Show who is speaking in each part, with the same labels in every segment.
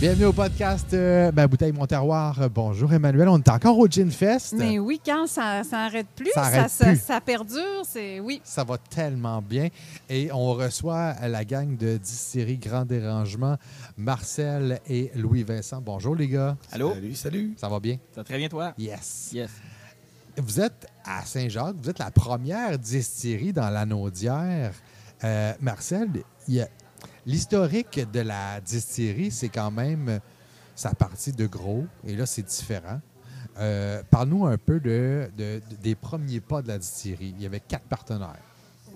Speaker 1: bienvenue au podcast euh, Ma Bouteille, Mon Terroir. Bonjour Emmanuel, on est encore au Gin Fest.
Speaker 2: Mais oui, quand ça s'arrête plus,
Speaker 1: Ça
Speaker 2: ça,
Speaker 1: arrête
Speaker 2: ça-
Speaker 1: plus.
Speaker 2: ça perdure, c'est oui.
Speaker 1: Ça va tellement bien. Et on reçoit la gang de Distillerie Grand Dérangement, Marcel et Louis-Vincent. Bonjour les gars,
Speaker 3: Allô?
Speaker 4: Salut, salut.
Speaker 1: ça va bien?
Speaker 3: Ça va très bien, toi?
Speaker 1: Yes.
Speaker 3: Yes.
Speaker 1: Vous êtes à Saint-Jacques, vous êtes la première distillerie dans la Naudière. Euh, Marcel, il y a- l'historique de la distillerie, c'est quand même sa partie de gros, et là, c'est différent. Euh, Parle-nous un peu de, de- de- des premiers pas de la distillerie. Il y avait quatre partenaires.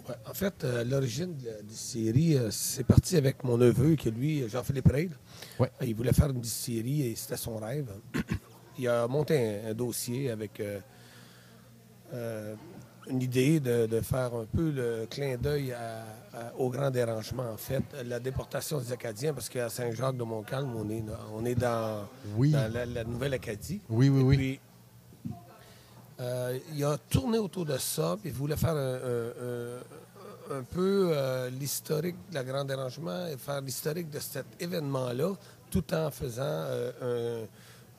Speaker 4: Ouais, en fait, euh, l'origine de la distillerie, euh, c'est parti avec mon neveu, qui est lui, euh, Jean-Philippe Reid.
Speaker 1: Ouais.
Speaker 4: Il voulait faire une distillerie et c'était son rêve. Il a monté un, un dossier avec euh, euh, une idée de, de faire un peu le clin d'œil à- à- au grand dérangement, en fait, la déportation des Acadiens, parce qu'à Saint-Jacques-de-Montcalm, on est, on est dans,
Speaker 1: Oui.
Speaker 4: dans la- la Nouvelle-Acadie.
Speaker 1: Oui, oui, oui.
Speaker 4: Puis, euh, il a tourné autour de ça, puis il voulait faire un, un- un- un peu euh, l'historique de la Grande Dérangement et faire l'historique de cet événement-là, tout en faisant euh,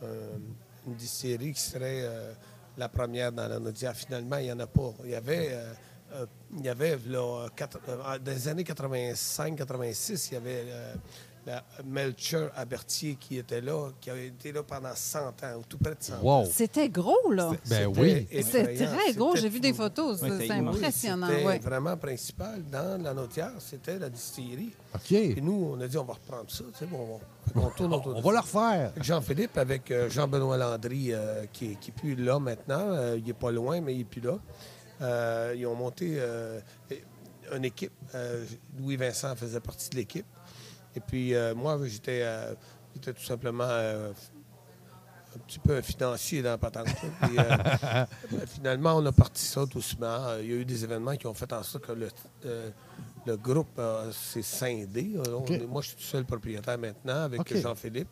Speaker 4: un- un- une distillerie qui serait euh, la première dans la Naudière. Finalement, il n'y en a pas. Il y avait. euh, euh, il y avait là, quatre- euh, dans les années 85-86, il y avait euh, la Melcher à Berthier qui était là, qui avait été là pendant 100 ans, ou tout près de 100 ans.
Speaker 1: Wow!
Speaker 2: C'était gros, là.
Speaker 1: Oh. Ben
Speaker 4: C'était
Speaker 1: oui.
Speaker 2: C'est
Speaker 4: effrayant.
Speaker 2: très gros.
Speaker 4: C'était-
Speaker 2: J'ai vu des photos.
Speaker 3: Ouais,
Speaker 2: c'est-
Speaker 3: c'était
Speaker 2: c'est
Speaker 3: immense.
Speaker 2: impressionnant.
Speaker 4: C'était
Speaker 2: ouais.
Speaker 4: vraiment principal dans la notière, c'était la distillerie.
Speaker 1: OK.
Speaker 4: Et nous, on a dit, on va reprendre ça, tu sais, bon, on, on tourne autour
Speaker 1: Ah, On
Speaker 4: de
Speaker 1: va
Speaker 4: ça.
Speaker 1: le refaire.
Speaker 4: Jean-Philippe avec euh, Jean-Benoît Landry, euh, qui, est- qui est plus là maintenant. Euh, il est pas loin, mais il est plus là. Euh, ils ont monté euh, une équipe. Euh, Louis-Vincent faisait partie de l'équipe. Et puis, euh, moi, j'étais euh, j'étais tout simplement euh, un petit peu un financier dans la patente. là. Puis, euh, finalement, on a parti ça doucement. Euh, Il y a eu des événements qui ont fait en sorte que le, euh, le groupe euh, s'est scindé. On-
Speaker 1: OK.
Speaker 4: Moi, je suis le seul propriétaire maintenant avec
Speaker 1: OK.
Speaker 4: Jean-Philippe,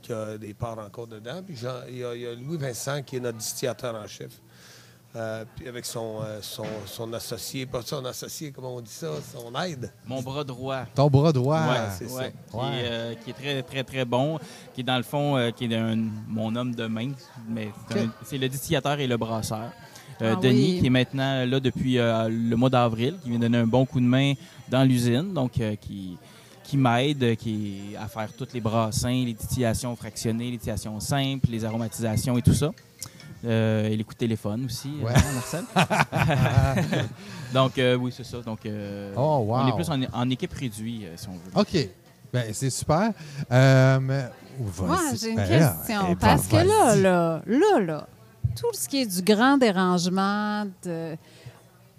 Speaker 4: qui a des parts encore dedans. Puis Jean- il y a, il y a Louis-Vincent, qui est notre distillateur en chef. Euh, puis avec son, euh, son, son associé, pas son associé, comment on dit ça, son aide.
Speaker 3: Mon bras droit.
Speaker 1: Ton bras droit.
Speaker 3: Ouais,
Speaker 4: c'est
Speaker 3: ouais.
Speaker 1: ça.
Speaker 3: Qui,
Speaker 1: Ouais.
Speaker 3: euh, qui est très, très, très bon. Qui est dans le fond, euh, qui est un- mon homme de main. Mais c'est
Speaker 1: Ok.
Speaker 3: un- c'est le distillateur et le brasseur. Euh,
Speaker 2: Ah
Speaker 3: Denis,
Speaker 2: oui.
Speaker 3: qui est maintenant là depuis euh, le mois d'avril, qui vient donner un bon coup de main dans l'usine, donc euh, qui, qui m'aide euh, qui, à faire toutes les brassins, les distillations fractionnées, les distillations simples, les aromatisations et tout ça. Euh, et les coups de téléphone aussi,
Speaker 1: Ouais.
Speaker 3: hein, Marcel. donc, euh, oui, c'est ça. Donc, euh,
Speaker 1: Oh, wow.
Speaker 3: on est plus en, en équipe réduite, euh, si on veut.
Speaker 1: OK. Ben, c'est super. Euh, mais- vas-y.
Speaker 2: Moi, j'ai une
Speaker 1: Ben, eh
Speaker 2: question.
Speaker 1: ben,
Speaker 2: Parce que là,
Speaker 1: vas-y.
Speaker 2: là, là, là, tout ce qui est du grand dérangement, de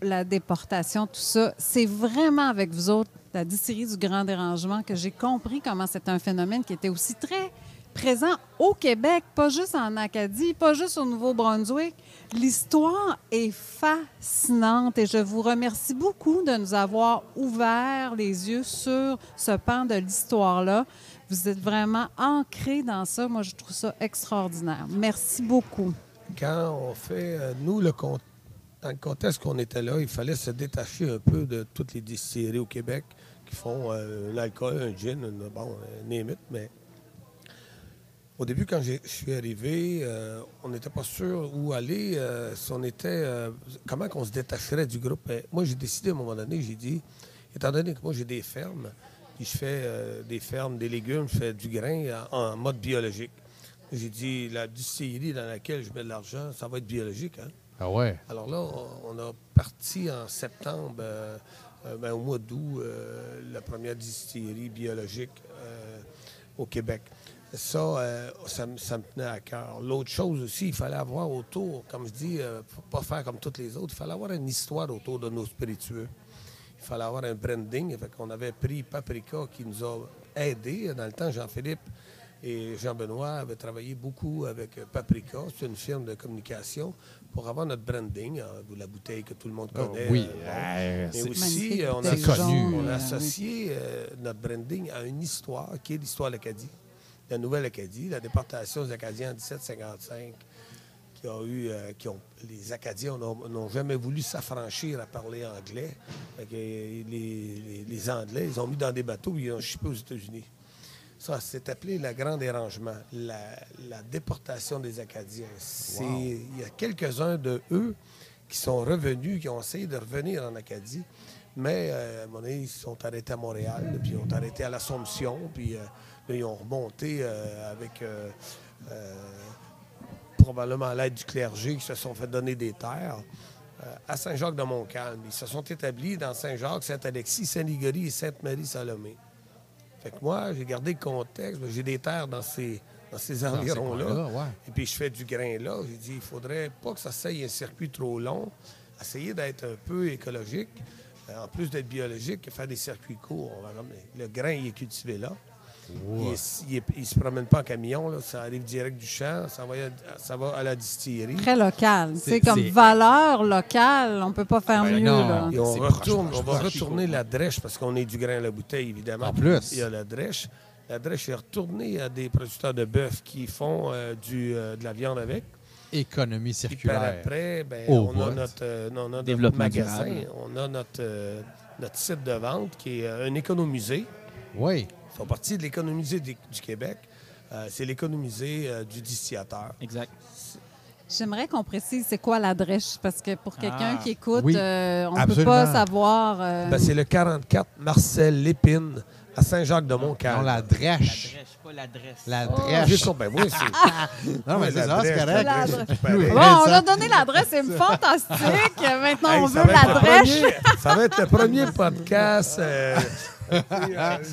Speaker 2: la déportation, tout ça, c'est vraiment avec vous autres, la distillerie du grand dérangement, que j'ai compris comment c'était un phénomène qui était aussi très présent au Québec, pas juste en Acadie, pas juste au Nouveau-Brunswick. L'histoire est fascinante et je vous remercie beaucoup de nous avoir ouvert les yeux sur ce pan de l'histoire-là. Vous êtes vraiment ancré dans ça. Moi, je trouve ça extraordinaire. Merci beaucoup.
Speaker 4: quand on fait, euh, nous, le con- dans le contexte qu'on était là, il fallait se détacher un peu de toutes les distilleries au Québec qui font euh, l'alcool, un gin, une, bon, un name it, mais au début, quand j'ai- je suis arrivé, euh, on n'était pas sûr où aller, euh, si on était, euh, comment qu'on se détacherait du groupe. Mais moi, j'ai décidé à un moment donné, j'ai dit, étant donné que moi, j'ai des fermes, puis je fais euh, des fermes, des légumes, je fais du grain en, en mode biologique. J'ai dit, la distillerie dans laquelle je mets de l'argent, ça va être biologique. Hein?
Speaker 1: Ah ouais.
Speaker 4: Alors là, on on a parti en septembre, euh, euh, ben, au mois d'août, euh, la première distillerie biologique euh, au Québec. Ça, euh, ça, me- ça me tenait à cœur. L'autre chose aussi, il fallait avoir autour, comme je dis, euh, faut pas faire comme toutes les autres, il fallait avoir une histoire autour de nos spiritueux. Il fallait avoir un branding. Fait qu'on avait pris Paprika qui nous a aidés. Dans le temps, Jean-Philippe et Jean-Benoît avaient travaillé beaucoup avec euh, Paprika. C'est une firme de communication pour avoir notre branding, euh, la bouteille que tout le monde connaît.
Speaker 1: Oh, oui.
Speaker 4: euh, bon.
Speaker 1: Ah,
Speaker 4: Mais
Speaker 1: c'est-
Speaker 4: aussi, euh, on a,
Speaker 1: C'est connu.
Speaker 4: on a
Speaker 2: Euh,
Speaker 4: associé euh, notre branding à une histoire qui est l'histoire de l'Acadie, la nouvelle Acadie, la déportation des Acadiens en 1755, qui a eu, euh, qui ont, les Acadiens n'ont n'ont jamais voulu s'affranchir à parler anglais. Fait que, euh, les, les- les Anglais, ils ont mis dans des bateaux, ils ont chipé aux États-Unis. Ça, c'est appelé le grand dérangement, la, la déportation des Acadiens. C'est-
Speaker 1: Wow.
Speaker 4: Il y a quelques-uns de eux qui sont revenus, qui ont essayé de revenir en Acadie, mais euh, à un moment donné, ils se sont arrêtés à Montréal, puis ils ont arrêté à l'Assomption, puis euh, là, ils ont remonté euh, avec euh, euh, probablement à l'aide du clergé qui se sont fait donner des terres. euh, à Saint-Jacques-de-Montcalm. Ils se sont établis dans Saint-Jacques, Saint-Alexis, Saint-Ligorie et Sainte-Marie-Salomé. Fait que moi, j'ai gardé le contexte. J'ai des terres dans ces, dans ces
Speaker 1: Dans ces
Speaker 4: environs-là.
Speaker 1: coins-là, ouais.
Speaker 4: Et puis, je fais du grain là. J'ai dit, il faudrait pas que ça s'aille un circuit trop long. Essayer d'être un peu écologique. Euh, En plus d'être biologique, faire des circuits courts. On va comme- Le grain, il est cultivé là. Il, est- il est- il se promène pas en camion. là. Ça arrive direct du champ. Ça va, à- ça va à la distillerie.
Speaker 2: Très local.
Speaker 1: C'est-
Speaker 2: C'est comme
Speaker 1: c'est-
Speaker 2: valeur locale, on peut pas faire
Speaker 1: Ben
Speaker 2: mieux.
Speaker 1: non.
Speaker 2: là.
Speaker 4: Et on,
Speaker 1: C'est
Speaker 4: retourne,
Speaker 1: proche,
Speaker 4: on
Speaker 1: proche,
Speaker 4: va
Speaker 1: proche,
Speaker 4: retourner
Speaker 1: Chico.
Speaker 4: la drèche parce qu'on est du grain à la bouteille, évidemment.
Speaker 1: En plus.
Speaker 4: Il y a la drèche. La drèche est retournée à des producteurs de bœuf qui font euh, du, euh, de la viande avec.
Speaker 1: Économie
Speaker 4: Puis par
Speaker 1: circulaire.
Speaker 4: après, ben,
Speaker 1: Au
Speaker 4: on, a
Speaker 1: bout.
Speaker 4: notre, euh, non, on a notre
Speaker 3: Développement
Speaker 4: magasin,
Speaker 3: durable.
Speaker 4: on a notre, euh, notre site de vente qui est euh, un économusée.
Speaker 1: Oui.
Speaker 4: Ils font partie de l'économusée du, du Québec. Euh, c'est l'économusée euh, du distillateur.
Speaker 3: Exact.
Speaker 2: J'aimerais qu'on précise c'est quoi la drèche, parce que pour quelqu'un
Speaker 3: Ah.
Speaker 2: qui écoute,
Speaker 1: Oui,
Speaker 2: euh, on ne peut
Speaker 1: absolument.
Speaker 2: pas savoir. euh,
Speaker 4: Ben, c'est le 44 Marcel Lépine à Saint-Jacques-de-Montcalm.
Speaker 1: On la drèche.
Speaker 3: L'adresse, pas l'adresse.
Speaker 1: La
Speaker 4: Ah, j'ai
Speaker 1: drèche.
Speaker 4: compris. Ben, oui, c'est-
Speaker 1: Non, mais
Speaker 4: Ouais,
Speaker 1: c'est
Speaker 4: la
Speaker 1: ça, c'est
Speaker 4: drèche,
Speaker 1: correct.
Speaker 2: la
Speaker 4: drèche.
Speaker 1: Oui.
Speaker 2: Ah, Bon,
Speaker 1: Mais
Speaker 2: on
Speaker 1: ça-
Speaker 2: a donné l'adresse, c'est fantastique. Maintenant,
Speaker 4: Hey,
Speaker 2: on
Speaker 4: ça
Speaker 2: veut
Speaker 4: va être
Speaker 2: la
Speaker 4: le
Speaker 2: drèche.
Speaker 4: premier- ça va être le premier podcast. euh, euh,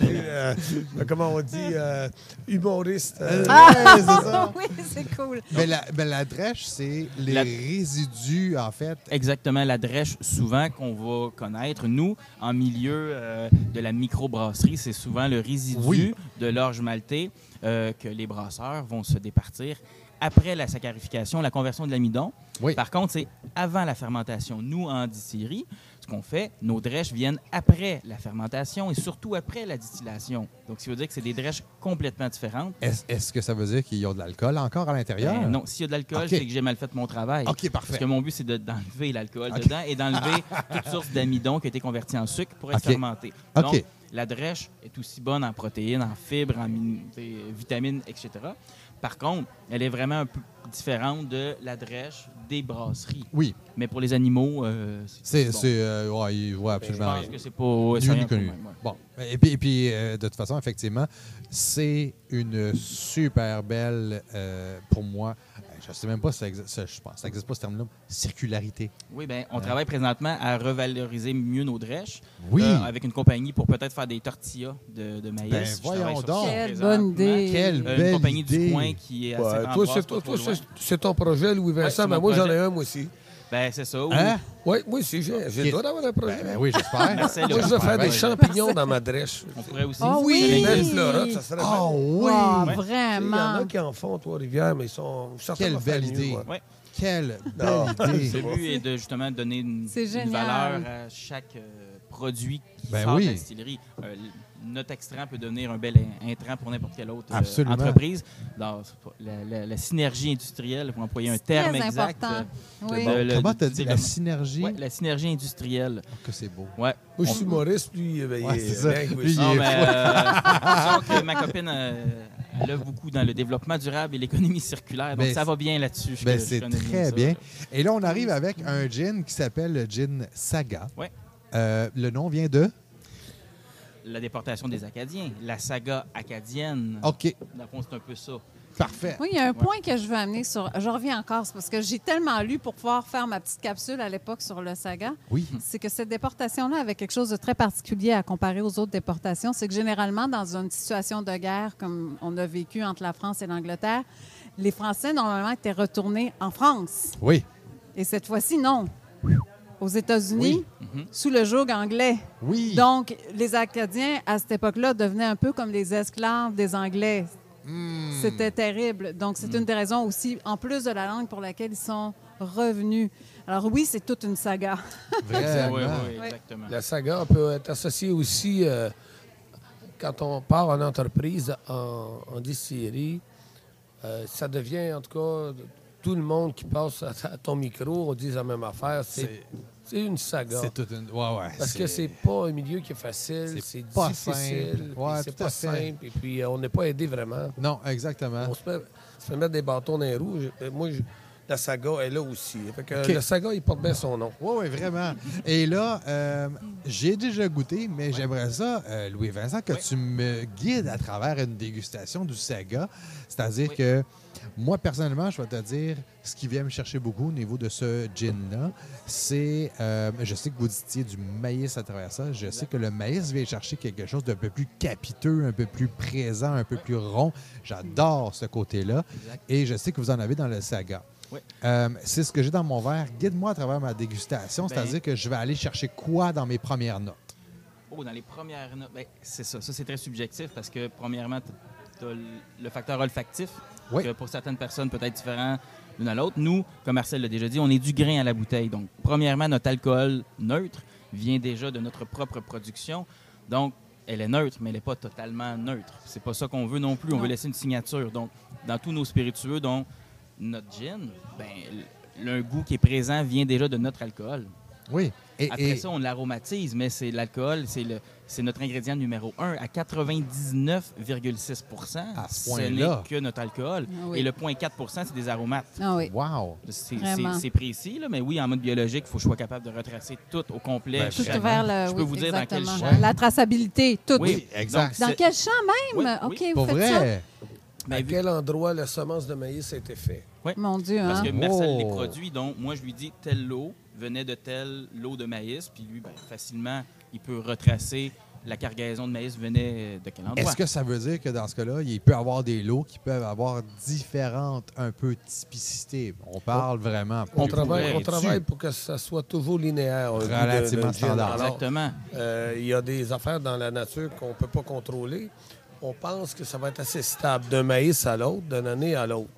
Speaker 4: euh, euh, comment on dit euh, Humoriste. euh,
Speaker 1: Ah, ouais, c'est ça.
Speaker 2: oui, c'est cool.
Speaker 1: Mais la, mais la drèche, c'est les
Speaker 3: La-
Speaker 1: résidus, en fait.
Speaker 3: Exactement, la drèche, souvent qu'on va connaître. Nous, en milieu euh, de la microbrasserie, c'est souvent le résidu
Speaker 1: Oui.
Speaker 3: de l'orge maltée euh, que les brasseurs vont se départir après la saccharification, la conversion de l'amidon.
Speaker 1: Oui.
Speaker 3: Par contre, c'est avant la fermentation. Nous, en distillerie, ce qu'on fait, nos drèches viennent après la fermentation et surtout après la distillation. Donc, ça veut dire que c'est des drèches complètement différentes.
Speaker 1: Est-ce est-ce que ça veut dire qu'ils ont de l'alcool encore à l'intérieur?
Speaker 3: Ben, non, s'il y a de l'alcool,
Speaker 1: OK.
Speaker 3: c'est que j'ai mal fait mon travail.
Speaker 1: OK,
Speaker 3: Parce
Speaker 1: parfait.
Speaker 3: que mon but, c'est de- d'enlever l'alcool
Speaker 1: OK.
Speaker 3: dedans et d'enlever toute source d'amidon qui a été convertie en sucre pour être
Speaker 1: OK.
Speaker 3: fermentée.
Speaker 1: OK.
Speaker 3: Donc, la drèche est aussi bonne en protéines, en fibres, en min- des vitamines, etc. Par contre, elle est vraiment un peu différente de la drèche des brasseries.
Speaker 1: Oui,
Speaker 3: Mais pour les animaux, euh,
Speaker 1: c'est.
Speaker 3: bon.
Speaker 1: c'est, euh, ouais, il- ouais,
Speaker 4: Ben,
Speaker 3: Je
Speaker 1: absolument.
Speaker 3: pense que c'est pas... ouais,
Speaker 1: Ni
Speaker 3: ça
Speaker 1: vu
Speaker 3: y est,
Speaker 1: ni connu.
Speaker 3: un problème, ouais.
Speaker 1: Bon. Et puis, et puis, euh, de toute façon, effectivement, c'est une super belle, euh, pour moi, euh, je ne sais même pas si ça existe, ça, je pense, que ça n'existe pas ce terme-là, circularité.
Speaker 3: Oui, ben, on travaille présentement à revaloriser mieux nos drèches.
Speaker 1: Oui.
Speaker 3: Euh, avec une compagnie pour peut-être faire des tortillas de, de maïs.
Speaker 1: Ben,
Speaker 3: Je
Speaker 1: voyons
Speaker 3: travaille sur
Speaker 1: donc.
Speaker 3: ça
Speaker 2: Quelle
Speaker 3: présentement.
Speaker 2: bonne idée.
Speaker 1: Quelle
Speaker 3: Euh,
Speaker 1: belle
Speaker 3: une compagnie
Speaker 1: idée.
Speaker 3: du coin qui est
Speaker 4: Ouais,
Speaker 3: assez
Speaker 4: toi,
Speaker 3: rembourse,
Speaker 4: c'est,
Speaker 3: pas
Speaker 4: toi,
Speaker 3: trop
Speaker 4: c'est-
Speaker 3: loin.
Speaker 4: c'est ton projet, Louis Vincent.
Speaker 3: c'est
Speaker 4: mais
Speaker 3: mon
Speaker 4: moi, j'en ai
Speaker 3: projet.
Speaker 4: un, moi aussi.
Speaker 3: Ben, c'est ça. oui.
Speaker 1: Hein?
Speaker 4: Oui, moi aussi, j'ai, j'ai
Speaker 1: Ok.
Speaker 4: le droit d'avoir un projet.
Speaker 1: Ben, ben oui, j'espère.
Speaker 3: Marcel,
Speaker 4: moi, je veux
Speaker 1: j'espère,
Speaker 4: faire
Speaker 1: ben
Speaker 4: des
Speaker 1: oui.
Speaker 4: champignons dans ma drèche.
Speaker 3: On pourrait aussi.
Speaker 2: Ah oui!
Speaker 4: Des belles
Speaker 2: Oui.
Speaker 4: fleurettes, ça serait bien.
Speaker 1: Oh oui!
Speaker 2: Wow,
Speaker 3: Ah Ouais.
Speaker 4: Il y en
Speaker 2: Ah, vraiment.
Speaker 4: a qui en font, Trois-Rivières, mais ils sont certainement
Speaker 1: Quelle belle
Speaker 4: faire mieux,
Speaker 1: idée.
Speaker 4: ouais.
Speaker 3: Ouais. Ah,
Speaker 1: Quelle
Speaker 4: Non.
Speaker 1: belle
Speaker 3: Le
Speaker 1: idée!
Speaker 3: but est de justement donner une,
Speaker 2: C'est
Speaker 3: une
Speaker 2: génial.
Speaker 3: valeur à chaque euh, produit qui
Speaker 1: Ben
Speaker 3: sort
Speaker 1: oui.
Speaker 3: de la distillerie. Euh, l- notre extrant peut devenir un bel in- intrant pour n'importe quelle autre euh,
Speaker 1: Absolument.
Speaker 3: entreprise. Dans la, la- la synergie industrielle, pour employer un
Speaker 2: C'est
Speaker 3: terme
Speaker 2: très
Speaker 3: exact. euh,
Speaker 2: important. Oui.
Speaker 3: de- le-
Speaker 1: Comment
Speaker 3: du
Speaker 1: t'as dit la
Speaker 3: développement.
Speaker 1: synergie?
Speaker 3: ouais, la synergie industrielle.
Speaker 1: Oh, que c'est beau.
Speaker 3: Ouais.
Speaker 4: Moi, je
Speaker 3: On-
Speaker 4: suis humoriste, lui. ben, il
Speaker 1: Ouais,
Speaker 4: est
Speaker 1: c'est ça.
Speaker 4: dingue, oui,
Speaker 1: Lui,
Speaker 4: ça.
Speaker 1: il
Speaker 3: Non,
Speaker 1: est
Speaker 3: mais euh, disons que ma copine, euh, elle œuvre beaucoup dans le développement durable et l'économie circulaire. Donc,
Speaker 1: Ben,
Speaker 3: ça va bien là-dessus. Je-
Speaker 1: Ben,
Speaker 3: je
Speaker 1: c'est
Speaker 3: connais
Speaker 1: très
Speaker 3: ça,
Speaker 1: bien.
Speaker 3: là.
Speaker 1: Et là, on arrive avec un gin qui s'appelle le gin Saga.
Speaker 3: Ouais.
Speaker 1: Euh, le nom vient de?
Speaker 3: La déportation des Acadiens, la saga acadienne.
Speaker 1: OK,
Speaker 3: Dans le fond, c'est un peu ça.
Speaker 1: parfait.
Speaker 2: Oui, il y a un point que je veux amener sur. Je reviens encore, c'est parce que j'ai tellement lu pour pouvoir faire ma petite capsule à l'époque sur le saga.
Speaker 1: Oui.
Speaker 2: c'est que cette déportation-là avait quelque chose de très particulier à comparer aux autres déportations. C'est que généralement, dans une situation de guerre comme on a vécu entre la France et l'Angleterre, les Français, normalement, étaient retournés en France.
Speaker 1: Oui.
Speaker 2: Et cette fois-ci, non. Aux États-Unis,
Speaker 3: Mhm.
Speaker 2: sous le joug anglais.
Speaker 1: Oui.
Speaker 2: Donc, les Acadiens, à cette époque-là, devenaient un peu comme les esclaves des Anglais.
Speaker 1: Hmm.
Speaker 2: C'était terrible. Donc, c'est une des raisons aussi, en plus de la langue pour laquelle ils sont revenus. Alors oui, c'est toute une saga.
Speaker 1: Vraiment.
Speaker 3: Oui, oui, exactement.
Speaker 4: La saga peut être associée aussi euh, quand on part en entreprise en, en distillerie. euh, ça devient, en tout cas, tout le monde qui passe à, à ton micro, on dit la même affaire. C'est, c'est une saga.
Speaker 1: C'est toute une. Ouais, ouais.
Speaker 4: Parce que c'est pas un milieu qui est facile,
Speaker 1: C'est
Speaker 4: c'est
Speaker 1: pas
Speaker 4: difficile,
Speaker 1: simple.
Speaker 4: puis
Speaker 1: Ouais,
Speaker 4: c'est
Speaker 1: tout à
Speaker 4: pas
Speaker 1: fait.
Speaker 4: simple, et puis euh, on n'est pas aidé vraiment.
Speaker 1: Non, exactement.
Speaker 4: On se fait, se fait mettre des bâtons dans les roues. Je- euh, Moi, je- la saga est là aussi. Fait que, euh,
Speaker 1: OK.
Speaker 4: Le saga, il porte bien son nom.
Speaker 1: Oui, oui, vraiment. Et là, euh, j'ai déjà goûté, mais j'aimerais ça, euh, Louis-Vincent, que tu me guides à travers une dégustation du saga. C'est-à-dire
Speaker 3: Oui.
Speaker 1: que moi, personnellement, je vais te dire, ce qui vient me chercher beaucoup au niveau de ce gin-là, c'est, euh, je sais que vous ditiez du maïs à travers ça. Je sais que le maïs vient chercher quelque chose d'un peu plus capiteux, un peu plus présent, un peu plus rond. J'adore ce côté-là.
Speaker 3: Exact.
Speaker 1: Et je sais que vous en avez dans le saga.
Speaker 3: Oui.
Speaker 1: Euh, c'est ce que j'ai dans mon verre. Guide-moi à travers ma dégustation,
Speaker 3: Ben-
Speaker 1: c'est-à-dire que je vais aller chercher quoi dans mes premières notes.
Speaker 3: Oh, dans les premières notes, ben, c'est ça. Ça, c'est très subjectif parce que, premièrement, tu as le facteur olfactif,
Speaker 1: Oui.
Speaker 3: que pour certaines personnes peut être différent l'une à l'autre. Nous, comme Marcel l'a déjà dit, on est du grain à la bouteille. Donc, premièrement, notre alcool neutre vient déjà de notre propre production. Donc, elle est neutre, mais elle n'est pas totalement neutre. C'est pas ça qu'on veut non plus. On
Speaker 2: Non.
Speaker 3: veut laisser une signature. Donc, dans tous nos spiritueux, dont notre gin, ben, l- le goût qui est présent vient déjà de notre alcool.
Speaker 1: Oui. Et,
Speaker 3: Après
Speaker 1: et-
Speaker 3: ça, on l'aromatise, mais c'est l'alcool, c'est le, c'est notre ingrédient numéro 1 à 99,6
Speaker 1: À ce
Speaker 3: Ce
Speaker 1: point-là.
Speaker 3: n'est que notre alcool.
Speaker 2: Ah oui.
Speaker 3: Et le 0,4 c'est des aromates.
Speaker 2: Ah oui.
Speaker 1: Wow.
Speaker 3: C'est,
Speaker 2: Vraiment.
Speaker 3: c'est- c'est précis, là, mais oui, en mode biologique, il faut que je sois capable de retracer tout au complet.
Speaker 1: Ben,
Speaker 2: Tout
Speaker 1: Vraiment.
Speaker 2: vers le.
Speaker 3: Je peux
Speaker 2: oui,
Speaker 3: vous dire dans quel
Speaker 2: exactement.
Speaker 1: champ.
Speaker 2: La traçabilité, tout.
Speaker 1: Oui, exact.
Speaker 2: Dans
Speaker 3: c'est-
Speaker 2: quel champ même?
Speaker 3: Oui,
Speaker 2: OK,
Speaker 3: oui.
Speaker 2: vous
Speaker 1: Pour
Speaker 2: faites ça?
Speaker 1: vrai.
Speaker 3: ben,
Speaker 4: à
Speaker 3: vu-
Speaker 4: quel endroit la semence de maïs a été faite?
Speaker 2: Mon Dieu,
Speaker 3: Parce
Speaker 2: hein?
Speaker 3: que Marcel les
Speaker 1: Wow.
Speaker 3: produit, donc moi je lui dis telle lot venait de telle lot de maïs, puis lui, ben, facilement, il peut retracer la cargaison de maïs venait de quel endroit.
Speaker 1: Est-ce que ça veut dire que dans ce cas-là, il peut y avoir des lots qui peuvent avoir différentes un peu typicités? On parle vraiment.
Speaker 4: On
Speaker 1: plus
Speaker 4: travaille, on
Speaker 1: là-dessus.
Speaker 4: travaille pour que ça soit toujours linéaire. un goût de-
Speaker 1: Relativement
Speaker 4: de gin.
Speaker 1: standard.
Speaker 4: Alors,
Speaker 3: Exactement.
Speaker 4: euh, Il y a des affaires dans la nature qu'on ne peut pas contrôler. On pense que ça va être assez stable d'un maïs à l'autre, d'une année à l'autre.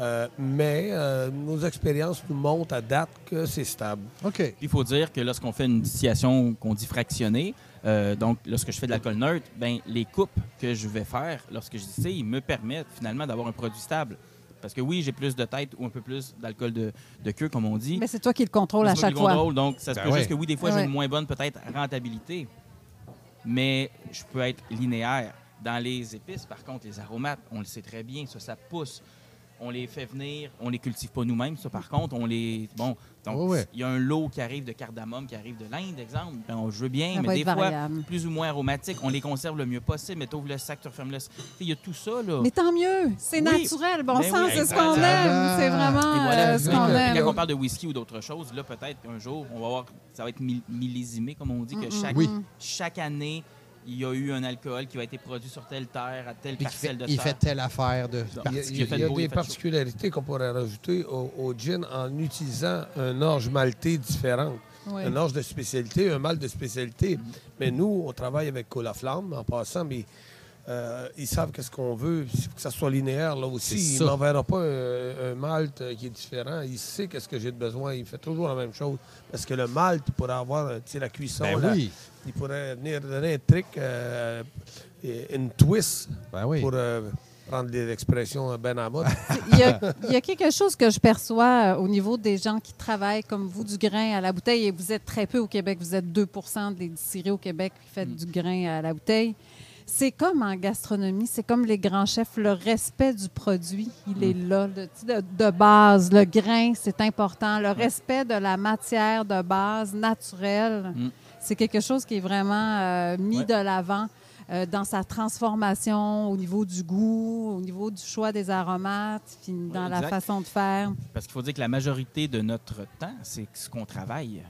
Speaker 4: Euh, mais euh, nos expériences nous montrent à date que c'est stable.
Speaker 1: OK.
Speaker 3: Il faut dire que lorsqu'on fait une distillation qu'on dit fractionnée, euh, donc lorsque je fais de l'alcool neutre, ben, les coupes que je vais faire lorsque je distille me permettent finalement d'avoir un produit stable. Parce que oui, j'ai plus de tête ou un peu plus d'alcool de, de queue, comme on dit.
Speaker 2: Mais c'est toi qui le contrôle à
Speaker 3: C'est moi
Speaker 2: chaque
Speaker 3: qui
Speaker 2: fois.
Speaker 3: contrôle, donc ça se
Speaker 1: Ben
Speaker 3: peut
Speaker 1: ouais.
Speaker 3: juste que oui, des fois,
Speaker 2: Ouais.
Speaker 3: j'ai une moins bonne peut-être rentabilité, mais je peux être linéaire. Dans les épices, par contre, les aromates, on le sait très bien, ça, ça pousse. On les fait venir, on les cultive pas nous-mêmes, ça par contre, on les... Bon, donc il
Speaker 1: Ouais, ouais.
Speaker 3: y a un lot qui arrive de cardamome, qui arrive de l'Inde, exemple, ben, on je veux bien,
Speaker 2: Ça va
Speaker 3: mais des
Speaker 2: être
Speaker 3: fois,
Speaker 2: variable.
Speaker 3: plus ou moins aromatique, on les conserve le mieux possible, mais t'ouvres le sac, tu refermes le sac. Tu sais, Il y a tout ça, là.
Speaker 2: Mais tant mieux, c'est
Speaker 3: Oui.
Speaker 2: naturel, bon
Speaker 3: Ben
Speaker 2: sens,
Speaker 3: oui,
Speaker 2: c'est ce qu'on
Speaker 1: exactement.
Speaker 2: aime, c'est vraiment
Speaker 3: Et voilà,
Speaker 2: euh, ce qu'on
Speaker 4: oui,
Speaker 2: aime.
Speaker 3: Quand on parle de whisky ou d'autres choses, là, peut-être qu'un jour, on va voir, ça va être mil- millésimé, comme on dit, que chaque,
Speaker 1: Oui.
Speaker 3: chaque année, il y a eu un alcool qui a été produit sur telle terre, à telle
Speaker 1: Puis il fait,
Speaker 3: parcelle de
Speaker 1: il
Speaker 3: terre.
Speaker 1: fait telle affaire de.
Speaker 3: Non.
Speaker 4: Il y a,
Speaker 3: Parce
Speaker 4: il
Speaker 3: qu'il
Speaker 4: y a-
Speaker 3: fait
Speaker 4: il y a
Speaker 3: beau, il
Speaker 4: des
Speaker 3: fait chaud.
Speaker 4: particularités qu'on pourrait rajouter au, au gin en utilisant un orge maltais différent.
Speaker 2: Oui.
Speaker 4: Un orge de spécialité, un mâle de spécialité. Mais nous, on travaille avec Cola Flamme en passant, mais euh, ils savent qu'est-ce qu'on veut. Il faut que ça soit linéaire là aussi.
Speaker 1: C'est
Speaker 4: Il
Speaker 1: ça.
Speaker 4: ne m'enverra pas euh, un, un malt qui est différent. Il sait qu'est-ce que j'ai de besoin. Il fait toujours la même chose. Parce que le malt il pourrait avoir tu sais, la cuisson.
Speaker 1: Ben
Speaker 4: la-
Speaker 1: oui.
Speaker 4: Il pourrait venir donner un trick, euh, et une twist
Speaker 1: Ben oui.
Speaker 4: pour euh, prendre des expressions ben à la mode.
Speaker 2: il, y a, il y a quelque chose que je perçois euh, au niveau des gens qui travaillent comme vous du grain à la bouteille, et vous êtes très peu au Québec, vous êtes 2 des distilleries au Québec qui
Speaker 3: Mm.
Speaker 2: faites du grain à la bouteille. C'est comme en gastronomie, c'est comme les grands chefs, le respect du produit, il est
Speaker 3: Mm.
Speaker 2: là, le- tu sais, de, de base, le grain, c'est important, le respect de la matière de base naturelle,
Speaker 3: Mm.
Speaker 2: c'est quelque chose qui est vraiment euh, mis
Speaker 3: Ouais.
Speaker 2: de l'avant euh, dans sa transformation au niveau du goût, au niveau du choix des aromates, puis dans la
Speaker 3: exact.
Speaker 2: façon de faire.
Speaker 3: Parce qu'il faut dire que la majorité de notre temps, c'est ce qu'on travaille.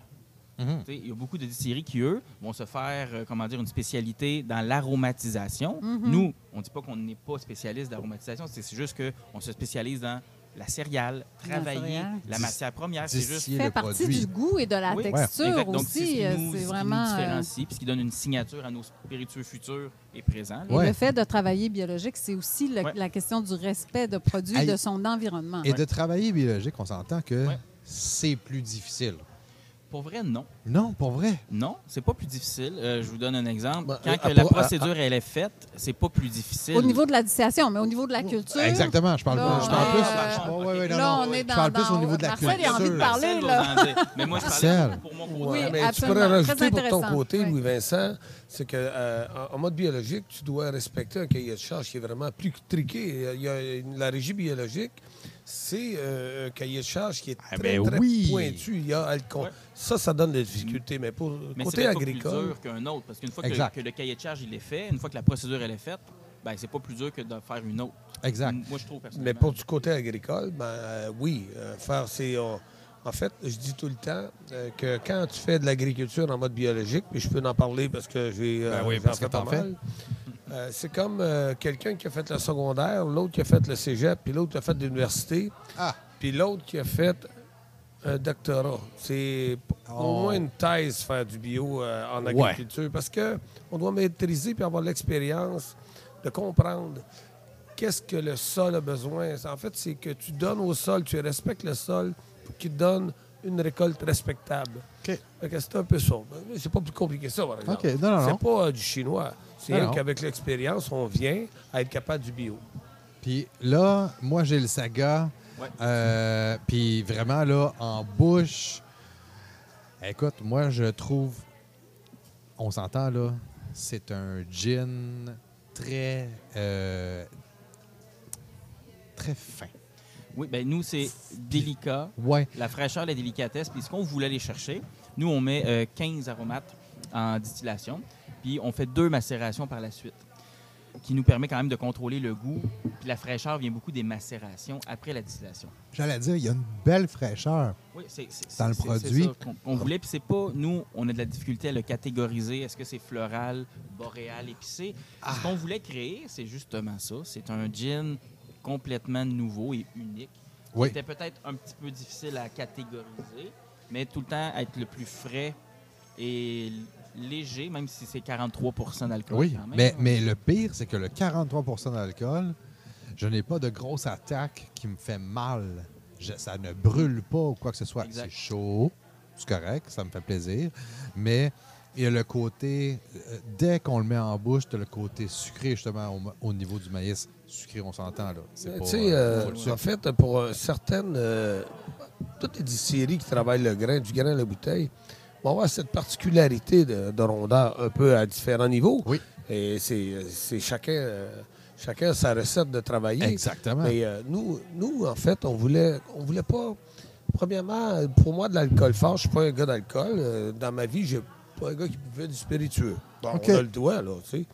Speaker 1: Mhm.
Speaker 3: Tu sais, Il y a beaucoup de distilleries qui, eux, vont se faire, euh, comment dire, une spécialité dans l'aromatisation.
Speaker 2: Mhm.
Speaker 3: Nous, on ne dit pas qu'on n'est pas spécialiste d'aromatisation, c'est c'est juste qu'on se spécialise dans la céréale,
Speaker 2: La
Speaker 3: travailler
Speaker 2: céréale.
Speaker 3: la,
Speaker 1: Dis-
Speaker 3: matière première. C'est juste
Speaker 1: Distiller
Speaker 2: fait
Speaker 1: le
Speaker 2: partie
Speaker 1: produit.
Speaker 2: du goût et de la
Speaker 3: Oui. Ouais.
Speaker 2: texture
Speaker 3: Exact. Donc, c'est ce
Speaker 2: aussi.
Speaker 3: qui
Speaker 2: euh,
Speaker 3: nous- ce
Speaker 2: C'est
Speaker 3: qui nous
Speaker 2: vraiment euh,
Speaker 3: différencie, puis ce qui donne une signature à nos spiritueux futurs et présents. là.
Speaker 2: et
Speaker 1: Ouais.
Speaker 2: le fait de travailler biologique, c'est aussi le-
Speaker 3: Ouais.
Speaker 2: la question du respect de produits
Speaker 1: Aïe.
Speaker 2: de son environnement.
Speaker 1: Et de travailler biologique, on s'entend que
Speaker 3: Ouais.
Speaker 1: c'est plus difficile.
Speaker 3: Pour vrai, non.
Speaker 1: Non, pour vrai.
Speaker 3: Non, c'est pas plus difficile. Euh, je vous donne un exemple.
Speaker 4: Ben,
Speaker 3: Quand
Speaker 4: euh,
Speaker 3: que
Speaker 4: à
Speaker 3: la
Speaker 4: pour- à-
Speaker 3: procédure elle est faite, c'est pas plus difficile.
Speaker 2: Au niveau de la distillation, mais au niveau de
Speaker 1: Oh,
Speaker 2: la culture.
Speaker 1: Exactement. Je parle,
Speaker 2: Là,
Speaker 1: je parle
Speaker 2: euh,
Speaker 1: plus. je- ouais, ouais, ouais, non,
Speaker 2: là,
Speaker 1: non,
Speaker 2: on est
Speaker 1: je parle
Speaker 2: dans-
Speaker 1: plus au niveau de la
Speaker 2: Marcel, il a
Speaker 1: culture.
Speaker 2: envie de parler.
Speaker 3: Marcel
Speaker 2: là.
Speaker 3: doit en dire. Mais moi, je parlais
Speaker 1: Marcel.
Speaker 3: pour mon côté.
Speaker 4: Ouais,
Speaker 2: Oui,
Speaker 4: mais tu
Speaker 2: absolument.
Speaker 4: pourrais
Speaker 2: Très
Speaker 4: rajouter pour ton
Speaker 2: intéressant.
Speaker 4: côté,
Speaker 2: Oui.
Speaker 4: Louis-Vincent, c'est que euh, en- en mode biologique, tu dois respecter un cahier de charge qui est vraiment plus triqué. Il y a une- la régie biologique, c'est euh, un cahier de charge qui est
Speaker 1: Ah,
Speaker 4: très,
Speaker 1: ben
Speaker 4: très
Speaker 1: oui.
Speaker 4: pointu. Il y a à le con-
Speaker 3: Ouais.
Speaker 4: Ça, ça donne des difficultés. Mais pour le
Speaker 3: Mais
Speaker 4: côté
Speaker 3: c'est pas plus
Speaker 4: agricole,
Speaker 3: dur qu'un autre. Parce qu'une fois que,
Speaker 1: Exact.
Speaker 3: que le cahier de charge il est fait, une fois que la procédure elle est faite, ben, c'est pas plus dur que de faire une autre.
Speaker 1: Exact.
Speaker 3: M- Moi, je trouve personnellement.
Speaker 4: mais pour du côté agricole, ben euh, oui, euh, faire c'est on- en fait, je dis tout le temps euh, que quand tu fais de l'agriculture en mode biologique, puis je peux en parler parce que j'ai euh,
Speaker 1: Ben oui,
Speaker 4: j'en
Speaker 1: parce
Speaker 4: fais
Speaker 1: que
Speaker 4: pas
Speaker 1: t'en fais.
Speaker 4: mal. Euh, c'est comme euh, quelqu'un qui a fait le secondaire, l'autre qui a fait le cégep, puis l'autre qui a fait l'université,
Speaker 1: Ah,
Speaker 4: puis l'autre qui a fait un doctorat. C'est p-
Speaker 1: Oh.
Speaker 4: au moins une thèse faire du bio euh, en agriculture parce que on doit maîtriser puis avoir l'expérience de comprendre qu'est-ce que le sol a besoin. En fait, c'est que tu donnes au sol, tu respectes le sol pour qu'il te donne une récolte respectable.
Speaker 1: OK.
Speaker 4: Fait que c'est un peu ça. Mais C'est pas plus compliqué que ça, par exemple.
Speaker 1: OK, non, non, non.
Speaker 4: C'est pas euh, du chinois. C'est
Speaker 1: Non,
Speaker 4: rien
Speaker 1: non.
Speaker 4: qu'avec l'expérience, on vient à être capable du bio.
Speaker 1: Puis là, moi, j'ai le saga.
Speaker 3: Ouais.
Speaker 1: Euh, puis vraiment, là, en bouche, écoute, moi, je trouve, on s'entend, là, c'est un gin très, euh, très fin.
Speaker 3: Oui, ben, nous, c'est délicat.
Speaker 1: Ouais.
Speaker 3: la fraîcheur, la délicatesse, puis ce qu'on voulait aller chercher. Nous, on met euh, 15 aromates en distillation, puis on fait deux macérations par la suite, qui nous permet quand même de contrôler le goût. Puis la fraîcheur vient beaucoup des macérations après la distillation.
Speaker 1: J'allais dire, il y a une belle fraîcheur.
Speaker 3: Oui, c'est c'est-
Speaker 1: Dans le
Speaker 3: c'est- c'est
Speaker 1: produit.
Speaker 3: ça qu'on- On voulait, puis c'est pas, nous, on a de la difficulté à le catégoriser. Est-ce que c'est floral, boréal, épicé?
Speaker 1: Ah.
Speaker 3: Ce qu'on voulait créer, c'est justement ça. C'est un gin complètement nouveau et unique.
Speaker 1: Oui.
Speaker 3: C'était peut-être un petit peu difficile à catégoriser, mais tout le temps être le plus frais et l- léger, même si c'est 43 d'alcool.
Speaker 1: Oui,
Speaker 3: quand même.
Speaker 1: mais, mais le pire, c'est que le 43 d'alcool, je n'ai pas de grosse attaque qui me fait mal. Je- ça ne brûle pas ou quoi que ce soit.
Speaker 3: Exact.
Speaker 1: C'est chaud, c'est correct, ça me fait plaisir. Mais il y a le côté, euh, dès qu'on le met en bouche, tu le côté sucré, justement, au, ma- au niveau du maïs. Sucré, on s'entend, là. C'est
Speaker 4: Mais
Speaker 1: pas,
Speaker 4: Tu sais,
Speaker 1: euh,
Speaker 4: euh,
Speaker 1: faut le sucre.
Speaker 4: en fait, pour euh, certaines, euh, toutes les distilleries qui travaillent le grain, du grain à la bouteille, vont avoir cette particularité de, de rondeur un peu à différents niveaux.
Speaker 1: Oui.
Speaker 4: Et c'est c'est chacun, euh, chacun a sa recette de travailler.
Speaker 1: Exactement.
Speaker 4: Mais euh, nous, nous, en fait, on voulait, on voulait pas. Premièrement, pour moi, de l'alcool fort, je suis pas un gars d'alcool. Euh, Dans ma vie, j'ai pas un gars qui buvait du spiritueux. Bon,
Speaker 1: OK.
Speaker 4: on a le doigt, là, tu sais.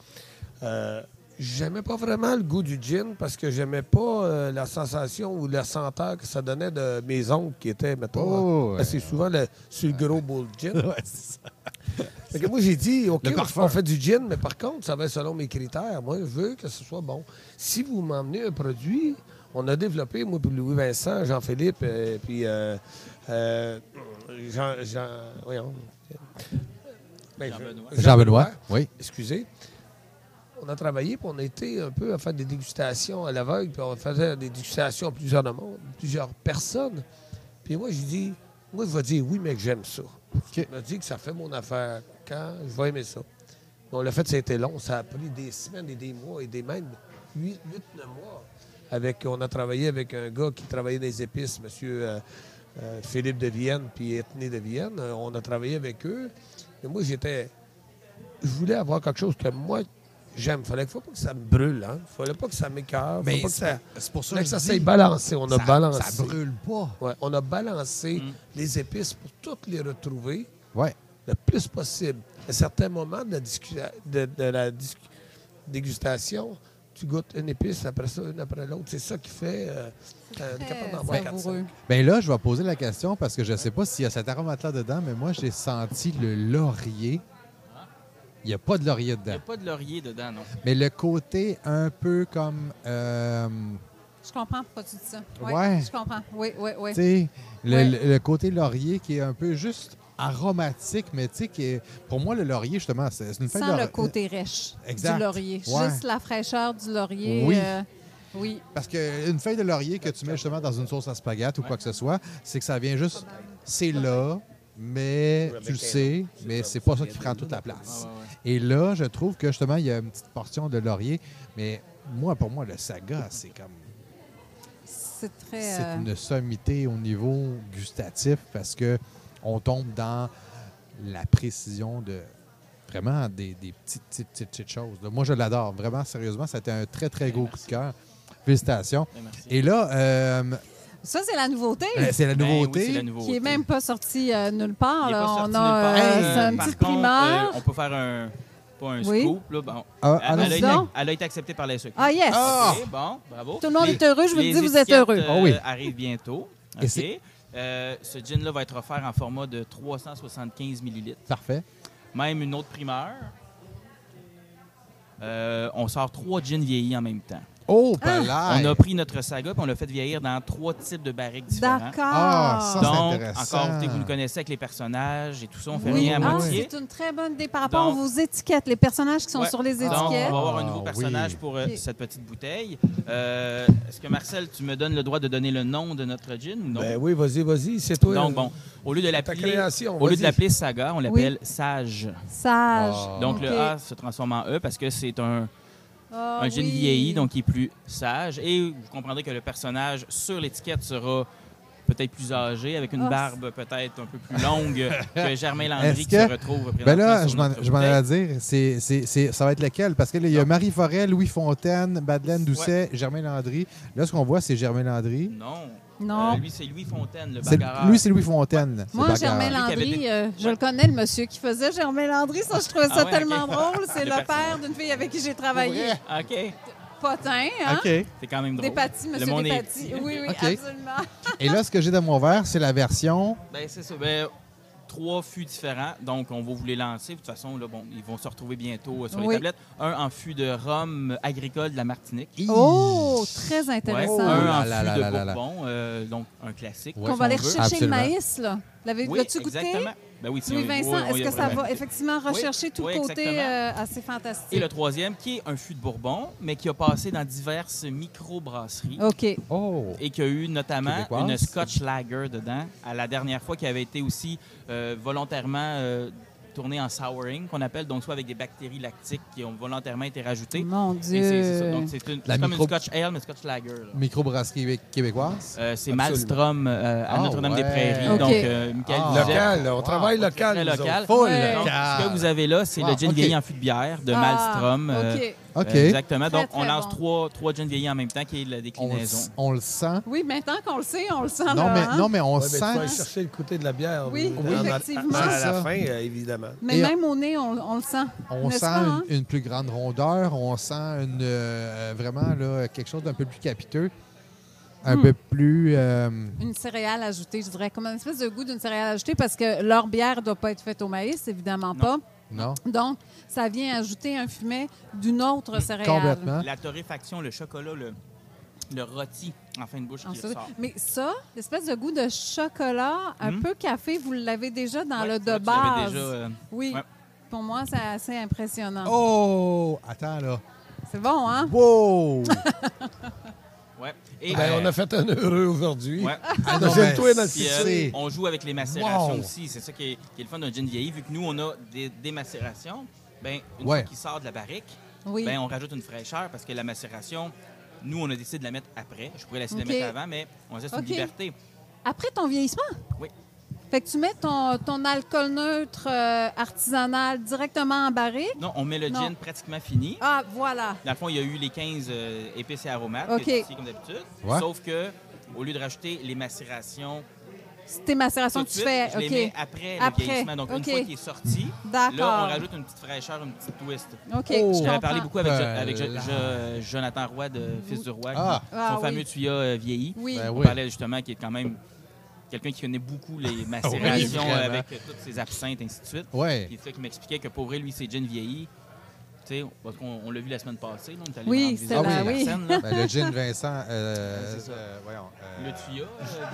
Speaker 4: Euh, j'aimais pas vraiment le goût du gin parce que j'aimais pas euh, la sensation ou la senteur que ça donnait de mes oncles qui étaient, mettons,
Speaker 1: Oh,
Speaker 4: hein,
Speaker 1: ouais.
Speaker 4: c'est souvent le, sur le gros bowl de gin.
Speaker 1: Ouais, c'est ça.
Speaker 4: Fait que moi, j'ai dit, OK,
Speaker 1: Le
Speaker 4: on-
Speaker 1: parfum.
Speaker 4: on fait du gin, mais par contre, ça va être selon mes critères. Moi, je veux que ce soit bon. Si vous m'emmenez un produit, on a développé, moi, puis Louis-Vincent, Jean-Philippe, euh, puis euh, euh, Jean... Jean voyons. Ben,
Speaker 3: Jean-Benoît.
Speaker 1: Jean-Benoît, oui.
Speaker 4: excusez. On a travaillé, puis on a été un peu à faire des dégustations à l'aveugle, puis on faisait des dégustations à plusieurs, de monde, plusieurs personnes. Puis moi, je dis, moi, je vais dire oui, mais que j'aime ça. Je me dis que ça fait mon affaire quand je vais aimer ça. On l'a fait, c'était long. Ça a pris des semaines et des mois et des même 8, 9 mois. Avec, on a travaillé avec un gars qui travaillait des épices, M. Philippe de Vienne puis Ethnie de Vienne. Euh, On a travaillé avec eux. Et moi, j'étais. Je voulais avoir quelque chose que moi, j'aime. Il fallait faut pas que ça me brûle. Il ne fallait pas que ça m'écœure.
Speaker 1: Mais
Speaker 4: Fallait pas que ça,
Speaker 1: c'est pour ça
Speaker 4: fallait
Speaker 1: que
Speaker 4: que ça
Speaker 1: je
Speaker 4: s'est
Speaker 1: dis,
Speaker 4: balancé. On a
Speaker 1: ça-
Speaker 4: balancé.
Speaker 1: Ça brûle pas.
Speaker 4: Ouais, on a balancé les épices pour toutes les retrouver
Speaker 1: Ouais.
Speaker 4: le plus possible. À certains moments de la, discu- de, de la dis- dégustation, tu goûtes une épice après ça, une après l'autre. C'est ça qui fait euh, euh,
Speaker 2: Très
Speaker 4: capable d'en boire quatre,
Speaker 2: savoureux.
Speaker 4: cinq.
Speaker 1: Bien Ben là, je vais poser la question parce que je ne sais pas s'il y a cet aromate-là dedans, mais moi, j'ai senti le laurier. Il n'y a pas de laurier
Speaker 3: Il n'y a
Speaker 1: dedans.
Speaker 3: pas de laurier dedans, non.
Speaker 1: Mais le côté un peu comme. euh,
Speaker 2: Je comprends pourquoi tu dis ça. Oui,
Speaker 1: Ouais.
Speaker 2: Je comprends. Oui, oui, oui.
Speaker 1: tu sais, le,
Speaker 2: Ouais.
Speaker 1: le- le côté laurier qui est un peu juste aromatique, mais tu sais, qui est- pour moi, le laurier, justement, c'est c'est une feuille de
Speaker 2: Sans le
Speaker 1: laurier-
Speaker 2: côté rêche
Speaker 1: Exact.
Speaker 2: du laurier.
Speaker 1: Ouais.
Speaker 2: Juste la fraîcheur du laurier.
Speaker 1: Oui.
Speaker 2: euh, oui.
Speaker 1: Parce qu'une feuille de laurier que tu mets justement dans une sauce à spaghette ou quoi que ce soit, c'est que ça vient juste. C'est là, mais
Speaker 4: Avec
Speaker 1: tu le
Speaker 4: un
Speaker 1: sais,
Speaker 4: autre.
Speaker 1: mais
Speaker 4: C'est
Speaker 1: c'est
Speaker 4: ça.
Speaker 1: pas ça
Speaker 3: Il y
Speaker 1: qui
Speaker 3: a
Speaker 1: prend
Speaker 3: deux
Speaker 1: toute la
Speaker 3: dans le
Speaker 1: place.
Speaker 3: fond. Ouais, ouais, ouais.
Speaker 1: Et là, je trouve que justement, il y a une petite portion de laurier, mais moi, pour moi, le saga, c'est comme.
Speaker 2: C'est très.
Speaker 1: C'est
Speaker 2: euh,
Speaker 1: une sommité au niveau gustatif parce que on tombe dans la précision de vraiment des, des petites, petites, petites, petites choses. là. Moi, je l'adore. Vraiment, sérieusement, c'était un très, très gros coup de cœur. Félicitations.
Speaker 3: Ben, merci.
Speaker 1: Et là, euh,
Speaker 2: Ça, c'est la nouveauté.
Speaker 1: euh, c'est la
Speaker 3: Ben oui,
Speaker 1: nouveauté.
Speaker 3: c'est la
Speaker 2: qui
Speaker 3: nouveauté.
Speaker 2: n'est même pas sortie euh, nulle part.
Speaker 3: Il est
Speaker 2: là.
Speaker 3: pas sorti
Speaker 2: on
Speaker 3: nulle
Speaker 2: a
Speaker 3: part.
Speaker 1: euh,
Speaker 2: c'est un
Speaker 3: par
Speaker 2: petit
Speaker 3: contre,
Speaker 2: primeur.
Speaker 3: euh, on peut faire un. Pas un
Speaker 2: Oui.
Speaker 3: scoop, ben là. Bon.
Speaker 1: Ah,
Speaker 3: elle,
Speaker 1: allons-y.
Speaker 3: elle a été,
Speaker 2: Donc.
Speaker 3: elle a été acceptée par les sucres.
Speaker 2: ah, yes!
Speaker 1: Ah!
Speaker 3: OK, bon, bravo.
Speaker 2: Tout le monde
Speaker 3: Les-
Speaker 2: est heureux. Je vous le
Speaker 3: les
Speaker 2: dis, vous êtes
Speaker 3: étiquettes,
Speaker 2: heureux.
Speaker 3: euh,
Speaker 1: Ah oui.
Speaker 3: Arrivent bientôt.
Speaker 1: Et
Speaker 3: OK.
Speaker 1: c'est-
Speaker 3: Euh, ce gin-là va être offert en format de 375 millilitres.
Speaker 1: Parfait.
Speaker 3: Même une autre primeur. Euh, on sort trois gins vieillis en même temps.
Speaker 1: Oh,
Speaker 2: Ah!
Speaker 1: palais!
Speaker 3: On a pris notre saga et on l'a fait vieillir dans trois types de barriques différents.
Speaker 2: D'accord.
Speaker 1: Ah, ça, c'est
Speaker 3: Donc,
Speaker 1: intéressant.
Speaker 3: encore, tu sais, vous le connaissez avec les personnages et tout ça, on fait
Speaker 2: oui.
Speaker 3: rien à
Speaker 2: ah,
Speaker 3: moitié.
Speaker 2: c'est une très bonne idée par rapport
Speaker 3: Donc-
Speaker 2: aux étiquettes, les personnages qui sont
Speaker 3: Ouais.
Speaker 2: sur les
Speaker 3: Donc, on va
Speaker 2: étiquettes.
Speaker 3: avoir un nouveau
Speaker 1: Ah,
Speaker 3: personnage
Speaker 1: oui.
Speaker 3: pour euh,
Speaker 2: Ok.
Speaker 3: cette petite bouteille. Euh, Est-ce que Marcel, tu me donnes le droit de donner le nom de notre gin ou non?
Speaker 4: Ben oui, vas-y, vas-y, c'est toi. euh,
Speaker 3: Donc, bon, au lieu de
Speaker 4: ta
Speaker 3: l'appeler
Speaker 4: création,
Speaker 3: au lieu
Speaker 4: vas-y.
Speaker 3: de l'appeler Saga, on l'appelle Sage.
Speaker 2: Sage.
Speaker 1: Ah.
Speaker 3: Donc,
Speaker 2: Ok.
Speaker 3: le A se transforme en E parce que c'est un,
Speaker 2: Ah,
Speaker 3: un gin
Speaker 2: oui.
Speaker 3: vieilli, donc il est plus sage. Et vous comprendrez que le personnage sur l'étiquette sera peut-être plus âgé, avec une
Speaker 2: Ah,
Speaker 3: barbe peut-être un peu plus longue que Germain Landry
Speaker 1: Est-ce
Speaker 3: qui
Speaker 1: que-
Speaker 3: se retrouve présentement
Speaker 1: Ben là,
Speaker 3: sur
Speaker 1: je m'en
Speaker 3: notre
Speaker 1: je m'en allais
Speaker 3: bouteille.
Speaker 1: à dire, c'est- c'est- c'est- ça va être lequel? Parce que là, il y a Marie Forêt, Louis Fontaine, Madeleine Doucet, Germain Landry. Là, ce qu'on voit, c'est Germain Landry.
Speaker 3: Non.
Speaker 2: Non.
Speaker 3: Euh, lui, c'est Louis Fontaine, le
Speaker 1: C'est-
Speaker 3: bagarreur.
Speaker 1: Lui, c'est Louis Fontaine. C'est
Speaker 2: Moi,
Speaker 1: pas
Speaker 2: Germain
Speaker 1: grave.
Speaker 3: Lui qui avait
Speaker 2: Landry,
Speaker 3: été-
Speaker 2: euh, je
Speaker 3: Ouais.
Speaker 2: le connais, le monsieur qui faisait Germain Landry. Ça, je trouvais
Speaker 3: Ah
Speaker 2: ça
Speaker 3: ouais,
Speaker 2: tellement
Speaker 3: ok.
Speaker 2: drôle. C'est
Speaker 3: Le
Speaker 2: le père
Speaker 3: personnage.
Speaker 2: d'une fille avec qui j'ai travaillé.
Speaker 1: Pour
Speaker 3: OK.
Speaker 2: Potin, hein?
Speaker 1: OK.
Speaker 3: C'est quand même drôle.
Speaker 2: Des pâtis,
Speaker 3: Le
Speaker 2: monsieur
Speaker 3: monde
Speaker 2: des
Speaker 3: est
Speaker 2: pâtis.
Speaker 3: petit.
Speaker 2: Oui, oui,
Speaker 1: Ok.
Speaker 2: absolument.
Speaker 1: Et là, ce que j'ai dans mon verre, c'est la version.
Speaker 3: Ben, c'est ça. Ben, trois fûts différents. Donc, on va vous les lancer. De toute façon, là, bon, ils vont se retrouver bientôt euh, sur
Speaker 2: Oui.
Speaker 3: les tablettes. Un en fût de rhum agricole de la Martinique.
Speaker 2: Oh, très
Speaker 3: Ouais.
Speaker 2: intéressant.
Speaker 1: Oh
Speaker 3: Un
Speaker 1: là
Speaker 3: en
Speaker 1: là
Speaker 3: fût
Speaker 1: là là
Speaker 3: de
Speaker 1: là.
Speaker 3: bourbon. euh, donc, un classique.
Speaker 1: Ouais.
Speaker 2: Qu'on
Speaker 1: si
Speaker 2: va aller
Speaker 1: on veut.
Speaker 2: rechercher
Speaker 1: Absolument.
Speaker 2: le maïs, là. L'avez-
Speaker 3: Oui,
Speaker 2: L'as-tu goûté?
Speaker 3: exactement. Ben oui, tiens,
Speaker 2: Oui,
Speaker 3: oui,
Speaker 2: Vincent,
Speaker 3: oui,
Speaker 2: est-ce
Speaker 3: il y a
Speaker 2: que ça
Speaker 3: vraiment-
Speaker 2: va effectivement rechercher tout
Speaker 3: oui,
Speaker 2: le côté
Speaker 3: exactement.
Speaker 2: euh, assez
Speaker 3: Et
Speaker 2: fantastique?
Speaker 3: le troisième, qui est un fût de bourbon, mais qui a passé dans diverses microbrasseries.
Speaker 2: OK.
Speaker 1: Oh!
Speaker 3: et qu'il y a eu notamment
Speaker 1: Québécoise.
Speaker 3: une Scotch Lager dedans, à la dernière fois qui avait été aussi euh, volontairement euh, tournée en souring, qu'on appelle, donc soit avec des bactéries lactiques qui ont volontairement été rajoutées.
Speaker 2: Mon
Speaker 3: Et c'est- c'est ça.
Speaker 2: Dieu.
Speaker 3: Donc, c'est une-
Speaker 1: La
Speaker 3: c'est comme
Speaker 1: micro-
Speaker 3: une Scotch Ale, mais Scotch Lager. là.
Speaker 1: Microbrasserie québé- québécoise.
Speaker 3: Euh, c'est
Speaker 4: Absolument.
Speaker 3: Malstrom euh, à
Speaker 1: Ah,
Speaker 3: Notre-Dame-des-Prairies.
Speaker 1: ouais.
Speaker 3: Donc,
Speaker 2: Ok.
Speaker 3: euh, Michael
Speaker 1: Ah.
Speaker 3: Bouget,
Speaker 4: Local, on travaille local.
Speaker 3: très
Speaker 4: nous
Speaker 3: local.
Speaker 4: autres.
Speaker 1: Full
Speaker 2: Ouais.
Speaker 3: Donc,
Speaker 1: cave.
Speaker 3: ce que vous avez là, c'est
Speaker 1: Ah,
Speaker 3: le gin
Speaker 1: ok.
Speaker 3: vieilli en fût de bière de
Speaker 2: Ah,
Speaker 3: Malstrom. euh,
Speaker 2: OK.
Speaker 1: OK.
Speaker 3: euh, exactement.
Speaker 2: Très,
Speaker 3: Donc, on
Speaker 2: très
Speaker 3: lance
Speaker 2: bon.
Speaker 3: trois, trois gins vieillis en même temps, qui est la
Speaker 1: on, le-
Speaker 3: déclinaison.
Speaker 1: on le sent.
Speaker 2: Oui, maintenant qu'on le sait, on le sent.
Speaker 1: Non,
Speaker 2: là,
Speaker 1: mais,
Speaker 2: hein?
Speaker 1: non, mais on
Speaker 4: Ouais, mais tu vas aller
Speaker 1: sent.
Speaker 4: chercher le côté de la bière.
Speaker 2: Oui,
Speaker 4: là,
Speaker 2: oui,
Speaker 4: en- en-
Speaker 2: effectivement.
Speaker 4: À
Speaker 1: C'est ça.
Speaker 4: la fin, euh, évidemment.
Speaker 2: Mais
Speaker 1: Et-
Speaker 2: même au nez, on, on le sent.
Speaker 1: On
Speaker 2: N'est-ce
Speaker 1: sent
Speaker 2: pas, hein?
Speaker 1: une, une plus grande rondeur, on sent une, euh, vraiment là, quelque chose d'un peu plus capiteux, un
Speaker 2: Hmm.
Speaker 1: peu plus. euh,
Speaker 2: Une céréale ajoutée, je dirais, comme une espèce de goût d'une céréale ajoutée, parce que leur bière ne doit pas être faite au maïs, évidemment
Speaker 3: Non.
Speaker 2: pas.
Speaker 1: non?
Speaker 2: Donc, ça vient ajouter un fumet d'une autre céréale.
Speaker 1: Complètement.
Speaker 3: La torréfaction, le chocolat, le, le rôti en fin de bouche
Speaker 2: En
Speaker 3: qui
Speaker 2: sauce.
Speaker 3: ressort.
Speaker 2: Mais Ah, ça, l'espèce de goût de chocolat, un
Speaker 3: Mm.
Speaker 2: peu café, vous l'avez déjà dans
Speaker 3: Ouais,
Speaker 2: le
Speaker 3: tu vois,
Speaker 2: de
Speaker 3: tu l'avais
Speaker 2: base.
Speaker 3: déjà, euh,
Speaker 2: Oui.
Speaker 3: Ouais.
Speaker 2: Pour moi, c'est assez impressionnant.
Speaker 1: Oh! Attends, là.
Speaker 2: C'est bon, hein?
Speaker 1: Wow!
Speaker 3: ouais. Et,
Speaker 4: Ben,
Speaker 3: euh,
Speaker 4: on a fait un heureux aujourd'hui.
Speaker 3: ouais.
Speaker 1: Ah
Speaker 4: J'ai le toit dans le
Speaker 3: Puis, euh,
Speaker 1: c'est-
Speaker 3: on joue avec les macérations
Speaker 1: Wow.
Speaker 3: aussi. C'est ça qui est, qui est le fun d'un gin vieilli. Vu que nous, on a des, des macérations, ben, une
Speaker 1: Ouais.
Speaker 3: fois qu'il sort de la barrique,
Speaker 2: Oui.
Speaker 3: ben, on rajoute une fraîcheur parce que la macération, nous, on a décidé de la mettre après. Je pourrais la décider de
Speaker 2: Ok.
Speaker 3: la mettre avant, mais on laisse
Speaker 2: Ok.
Speaker 3: une liberté.
Speaker 2: Après ton vieillissement?
Speaker 3: Oui.
Speaker 2: Fait que tu mets ton, ton alcool neutre euh, artisanal directement en barrique.
Speaker 3: Non, on met le
Speaker 2: Non.
Speaker 3: gin pratiquement fini.
Speaker 2: Ah, voilà.
Speaker 3: Dans le fond, il y a eu les 15 euh, épices et aromates,
Speaker 2: OK.
Speaker 3: que j'ai dit comme d'habitude.
Speaker 1: Ouais.
Speaker 3: Sauf que, au lieu de rajouter les macérations
Speaker 2: C'est tes
Speaker 3: tout
Speaker 2: macérations
Speaker 3: de
Speaker 2: que tu
Speaker 3: suite,
Speaker 2: fais.
Speaker 3: je les mets
Speaker 2: OK.
Speaker 3: après,
Speaker 2: Après,
Speaker 3: le vieillissement. Donc,
Speaker 2: OK.
Speaker 3: une fois qu'il est sorti,
Speaker 2: D'accord.
Speaker 3: là, on rajoute une petite fraîcheur, une petite twist.
Speaker 2: OK,
Speaker 1: Oh.
Speaker 2: je
Speaker 1: J'en ai
Speaker 3: J'avais
Speaker 2: comprends.
Speaker 3: parlé beaucoup avec, Jo-
Speaker 1: Ben
Speaker 3: avec Jo-
Speaker 1: là.
Speaker 3: Jo- Jonathan Roy de Fils du Roi,
Speaker 1: Ah.
Speaker 3: qui- son
Speaker 2: Ah, oui.
Speaker 3: fameux tuyau euh, vieilli.
Speaker 2: Oui.
Speaker 1: Ben
Speaker 3: On
Speaker 1: oui.
Speaker 3: parlait justement qui est quand même quelqu'un qui connaît beaucoup les macérations
Speaker 1: vraiment.
Speaker 3: avec euh, toutes ses absinthes, ainsi de suite.
Speaker 1: Ouais.
Speaker 3: Puis c'est ça qui m'expliquait que pour vrai, lui, ses gins vieillis, Tu sais, parce qu'on- on l'a vu la semaine passée, là, on est allé
Speaker 2: Oui,
Speaker 3: rendre
Speaker 2: c'était
Speaker 3: visite
Speaker 1: la-
Speaker 3: à
Speaker 1: oui.
Speaker 3: Larsen, là.
Speaker 1: Ben, le gin Vincent. euh,
Speaker 3: C'est ça.
Speaker 1: euh, voyons, euh,
Speaker 3: Le tuyau.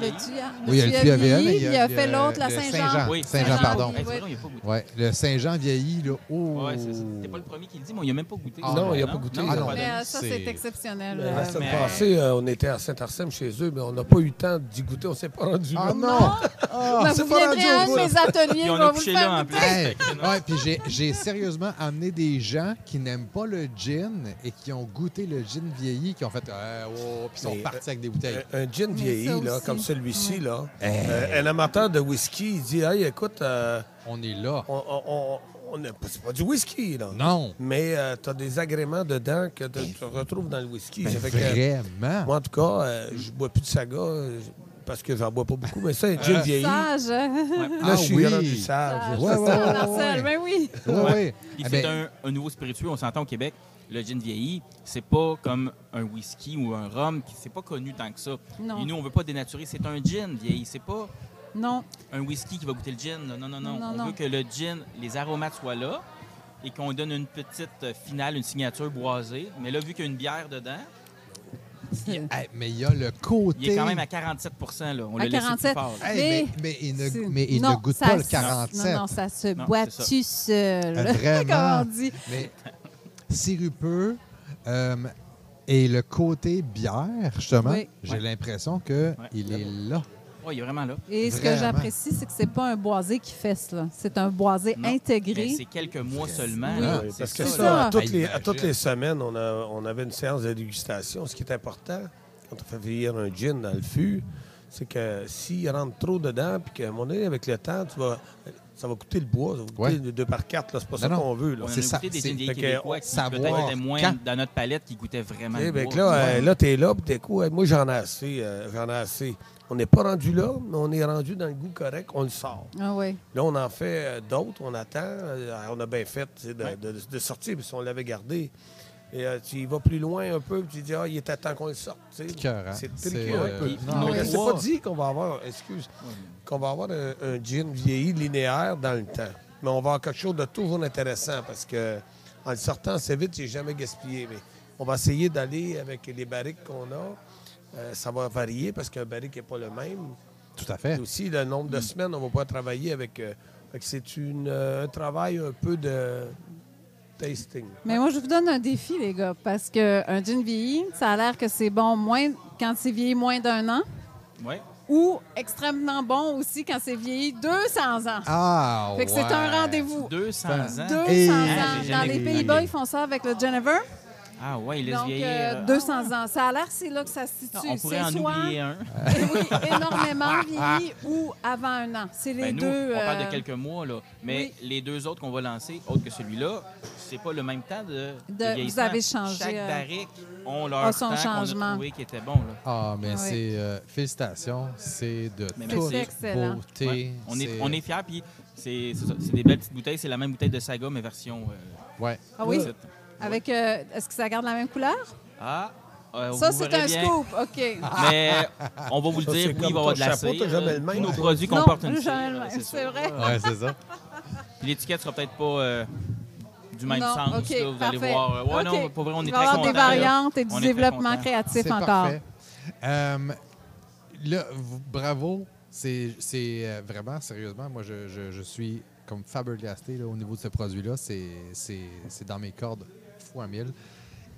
Speaker 2: Le tuya.
Speaker 1: Oui, il y a le tuyau
Speaker 2: vieilli,
Speaker 1: vieilli,
Speaker 2: Il a fait l'autre, la
Speaker 1: le
Speaker 2: Saint-Jean.
Speaker 1: Saint-Jean. Ah, Saint-Jean, pardon.
Speaker 2: Oui.
Speaker 3: il a pas goûté.
Speaker 1: Ouais, le Saint-Jean vieilli, là. Oh!
Speaker 3: Ouais, c'est ça. T'es pas le premier qui le dit, mais il a même pas goûté.
Speaker 1: Ah,
Speaker 3: ça,
Speaker 1: non,
Speaker 4: il a pas goûté.
Speaker 3: Non,
Speaker 1: Ah,
Speaker 3: il a
Speaker 1: non.
Speaker 3: pas
Speaker 2: Mais
Speaker 3: donné.
Speaker 2: euh, ça, c'est
Speaker 1: C'est-
Speaker 2: exceptionnel.
Speaker 4: Mais La
Speaker 2: euh,
Speaker 4: semaine
Speaker 3: mais-
Speaker 4: passée, euh, on était à Saint-Arsène chez eux, mais on n'a pas eu le temps d'y goûter. On s'est pas rendu là.
Speaker 1: Ah non! Ah!
Speaker 2: Ben,
Speaker 4: c'est
Speaker 2: vous
Speaker 4: pas
Speaker 2: viendrez à un
Speaker 4: rendu au
Speaker 2: de mes ateliers,
Speaker 3: Puis
Speaker 2: on
Speaker 3: on
Speaker 2: va
Speaker 3: a
Speaker 2: vous
Speaker 3: couché
Speaker 2: le faire
Speaker 3: là en
Speaker 2: goûter.
Speaker 3: plus.
Speaker 1: Hey, ouais, puis j'ai- j'ai sérieusement amené des gens qui n'aiment pas le gin et qui ont goûté le gin vieilli, qui ont fait euh, oh, puis ils sont
Speaker 4: Mais, euh,
Speaker 1: repartis avec des bouteilles.
Speaker 4: Un, un gin
Speaker 2: Mais
Speaker 4: vieilli,
Speaker 2: ça
Speaker 4: là,
Speaker 2: aussi.
Speaker 4: comme celui-ci, là. Euh, un amateur de whisky, il dit Hey, écoute, euh,
Speaker 1: On est là.
Speaker 4: on, on- on- on- c'est pas du whisky, là.
Speaker 1: Non.
Speaker 4: Mais tu as des agréments dedans que te- tu retrouves dans le whisky.
Speaker 1: Ben,
Speaker 4: Ça fait que-
Speaker 1: vraiment.
Speaker 4: moi, en tout cas, euh, je bois plus de saga euh, parce que j'en bois pas beaucoup. Mais ça, un gin vieilli. Là,
Speaker 2: Sage. hein?
Speaker 1: Euh, Ah
Speaker 4: je suis
Speaker 1: oui.
Speaker 4: rendu sage.
Speaker 1: Ouais, ouais,
Speaker 2: Ça,
Speaker 1: ouais,
Speaker 2: Marcel,
Speaker 1: ouais.
Speaker 2: ben oui.
Speaker 1: Ouais,
Speaker 3: Ouais.
Speaker 1: ouais.
Speaker 3: Puis
Speaker 1: Ah,
Speaker 3: c'est
Speaker 1: ben,
Speaker 3: un, un nouveau spiritueux, on s'entend au Québec. Le gin vieilli, c'est pas comme un whisky ou un rhum, qui- c'est pas connu tant que ça.
Speaker 2: Non.
Speaker 3: Et nous, on veut pas dénaturer, c'est un gin vieilli, c'est pas
Speaker 2: Non.
Speaker 3: un whisky qui va goûter le gin. là. Non, non, non.
Speaker 2: Non,
Speaker 3: on
Speaker 2: non.
Speaker 3: veut que le gin, les aromates soient là et qu'on donne une petite euh, finale, une signature boisée. Mais là, vu qu'il y a une bière dedans,
Speaker 2: c'est-
Speaker 1: hey, mais il y a le côté.
Speaker 3: il est quand même à 47 là. On
Speaker 2: À
Speaker 3: l'a laissé plus
Speaker 2: 47.
Speaker 3: fort, là.
Speaker 1: Hey, mais, mais il
Speaker 2: c'est-
Speaker 1: ne, mais il
Speaker 2: non,
Speaker 1: ne goûte
Speaker 2: ça
Speaker 1: pas le
Speaker 2: se-
Speaker 1: 47.
Speaker 2: Non, non, ça se
Speaker 3: Non,
Speaker 2: boit
Speaker 3: c'est ça.
Speaker 2: tu seul.
Speaker 1: Vraiment.
Speaker 2: Comment on dit?
Speaker 1: Mais sirupeux euh, et le côté bière, justement,
Speaker 2: Oui.
Speaker 1: j'ai
Speaker 3: Ouais.
Speaker 1: l'impression que
Speaker 3: Ouais.
Speaker 1: il est là.
Speaker 3: Ouais, il est vraiment là.
Speaker 2: Et ce que
Speaker 1: Vraiment.
Speaker 2: j'apprécie, c'est que c'est pas un boisé qui fesse, là. C'est un boisé
Speaker 3: Non,
Speaker 2: intégré.
Speaker 3: mais Ben, C'est quelques mois seulement.
Speaker 2: Oui.
Speaker 3: là.
Speaker 4: Oui, parce
Speaker 3: Ah, C'est
Speaker 4: que ça,
Speaker 2: là.
Speaker 4: à, toutes les, à
Speaker 1: Imagine.
Speaker 4: toutes les semaines, on, a- on avait une séance de dégustation. Ce qui est important, quand on fait vieillir un gin dans le fût, c'est que s'il rentre trop dedans, puis qu'à un moment donné, avec le temps, tu vas, ça va coûter le bois, ça va coûter
Speaker 1: Ouais.
Speaker 4: le 2 par 4. C'est pas ça
Speaker 1: Non, non.
Speaker 4: qu'on veut.
Speaker 3: On
Speaker 4: Là.
Speaker 3: en a
Speaker 1: C'est ça,
Speaker 3: goûté des
Speaker 1: c'est-
Speaker 3: gin vieillis
Speaker 4: fait que
Speaker 3: québécois qui
Speaker 1: savoir
Speaker 3: peut-être étaient moins
Speaker 1: quand.
Speaker 3: dans notre palette qui goûtaient vraiment
Speaker 4: Tu sais,
Speaker 3: le
Speaker 4: fait que
Speaker 3: bois.
Speaker 4: là,
Speaker 3: Ouais.
Speaker 4: euh, là t'es là, puis t'es quoi? Moi, j'en ai assez. euh, j'en ai assez. On n'est pas rendu là, mais on est rendu dans le goût correct, on le sort.
Speaker 2: Ah oui.
Speaker 4: Là, on en fait euh, d'autres, on attend. Euh, On a bien fait tu sais, de,
Speaker 3: Ouais.
Speaker 4: de- de sortir, parce qu'on l'avait gardé. Et euh, tu y vas plus loin un peu, puis tu dis, ah, il était temps qu'on le sorte. tu sais.
Speaker 1: Écœurant.
Speaker 4: C'est hein.
Speaker 1: C'est,
Speaker 4: tricky
Speaker 1: euh,
Speaker 4: un peu.
Speaker 1: non,
Speaker 4: Fait que
Speaker 2: oui.
Speaker 4: C'est pas dit qu'on va avoir, excuse, qu'on va avoir un, un gin vieilli linéaire dans le temps. Mais on va avoir quelque chose de toujours intéressant, parce que en le sortant, c'est vite, j'ai jamais gaspillé. Mais on va essayer d'aller avec les barriques qu'on a. Euh, ça va varier, parce qu'un barrique n'est pas le même.
Speaker 1: Tout à fait.
Speaker 4: Et aussi, le nombre de semaines, on va pas travailler avec. euh, fait que c'est une, euh, un travail un peu de tasting.
Speaker 2: Mais moi, je vous donne un défi, les gars, parce que un gin vieilli, ça a l'air que c'est bon moins quand c'est vieilli moins d'un an
Speaker 3: Ouais.
Speaker 2: ou extrêmement bon aussi quand c'est vieilli 200 ans.
Speaker 1: Ah,
Speaker 2: fait que
Speaker 1: ouais.
Speaker 2: c'est un rendez-vous.
Speaker 3: 200 ans. Ah,
Speaker 2: 200
Speaker 1: Et-
Speaker 2: ans.
Speaker 3: J'ai
Speaker 2: Dans
Speaker 3: jamais
Speaker 2: les
Speaker 3: vu.
Speaker 2: Pays-Bas, ils font ça avec le Jennifer.
Speaker 3: Ah ouais, il laisse
Speaker 2: Donc,
Speaker 3: vieillir.
Speaker 2: euh,
Speaker 3: euh,
Speaker 2: 200 ans. Ça a l'air, c'est là que ça se
Speaker 3: Non,
Speaker 2: situe.
Speaker 3: Ah, on pourrait
Speaker 2: C'est
Speaker 3: en
Speaker 2: soit-
Speaker 3: oublier un.
Speaker 2: Eh oui, énormément vieilli ou avant un an. C'est les
Speaker 3: Ben, nous,
Speaker 2: deux.
Speaker 3: on parle
Speaker 2: euh,
Speaker 3: de quelques mois, là. Mais les deux autres qu'on va lancer, autres que celui-là, c'est pas le même temps de, de
Speaker 2: vous
Speaker 3: vieillissement.
Speaker 2: avez changé,
Speaker 3: Chaque
Speaker 2: euh,
Speaker 3: barrique ont leur
Speaker 2: a son
Speaker 3: temps qu'on
Speaker 2: changement.
Speaker 3: a trouvé qui était bon, là.
Speaker 1: Ah, mais
Speaker 2: Ouais.
Speaker 1: c'est. euh, félicitations, c'est de
Speaker 3: Mais
Speaker 1: toute
Speaker 3: merci. C'est
Speaker 2: excellent.
Speaker 1: beauté.
Speaker 3: Ouais. On, est,
Speaker 1: C'est-
Speaker 3: on est fiers, puis c'est c'est ça, c'est des belles petites bouteilles. C'est la même bouteille de Saga, mais version... euh,
Speaker 1: Ouais.
Speaker 2: Ah oui?
Speaker 3: petite.
Speaker 2: Avec, euh, est-ce que ça garde la même couleur?
Speaker 3: Ah, euh,
Speaker 2: Ça,
Speaker 3: vous
Speaker 2: c'est
Speaker 3: verrez
Speaker 2: un
Speaker 3: bien. Ah,
Speaker 2: scoop. OK.
Speaker 3: Mais on va vous le
Speaker 4: Ça,
Speaker 3: dire,
Speaker 4: c'est
Speaker 3: oui, il va y
Speaker 4: comme
Speaker 3: avoir
Speaker 4: ton
Speaker 3: de la
Speaker 4: chapeau, t'as jamais le même.
Speaker 3: Tous nos
Speaker 4: Ouais.
Speaker 3: produits
Speaker 2: Non,
Speaker 3: comportent
Speaker 2: jamais
Speaker 3: une cire,
Speaker 2: le
Speaker 3: là,
Speaker 2: même, c'est
Speaker 3: sûr, Ah,
Speaker 2: vrai.
Speaker 3: là.
Speaker 1: Ouais, c'est ça.
Speaker 3: Puis l'étiquette sera peut-être pas euh, du même
Speaker 2: Non,
Speaker 3: sens.
Speaker 2: OK,
Speaker 3: là, vous allez
Speaker 2: parfait.
Speaker 3: voir. Ouais,
Speaker 2: OK.
Speaker 3: non, pour vrai, on
Speaker 2: Il
Speaker 3: est
Speaker 2: va
Speaker 3: très
Speaker 2: y avoir des
Speaker 3: contents, là.
Speaker 2: variantes et
Speaker 3: On
Speaker 2: du
Speaker 3: est très
Speaker 2: développement
Speaker 3: contents.
Speaker 2: créatif
Speaker 1: C'est
Speaker 2: encore.
Speaker 1: parfait. Euh, là, vous- bravo. C'est c'est, euh, vraiment, sérieusement, moi, je, je- je suis comme fabergasté là, au niveau de ce produit-là. C'est- C'est c'est dans mes cordes fois mille.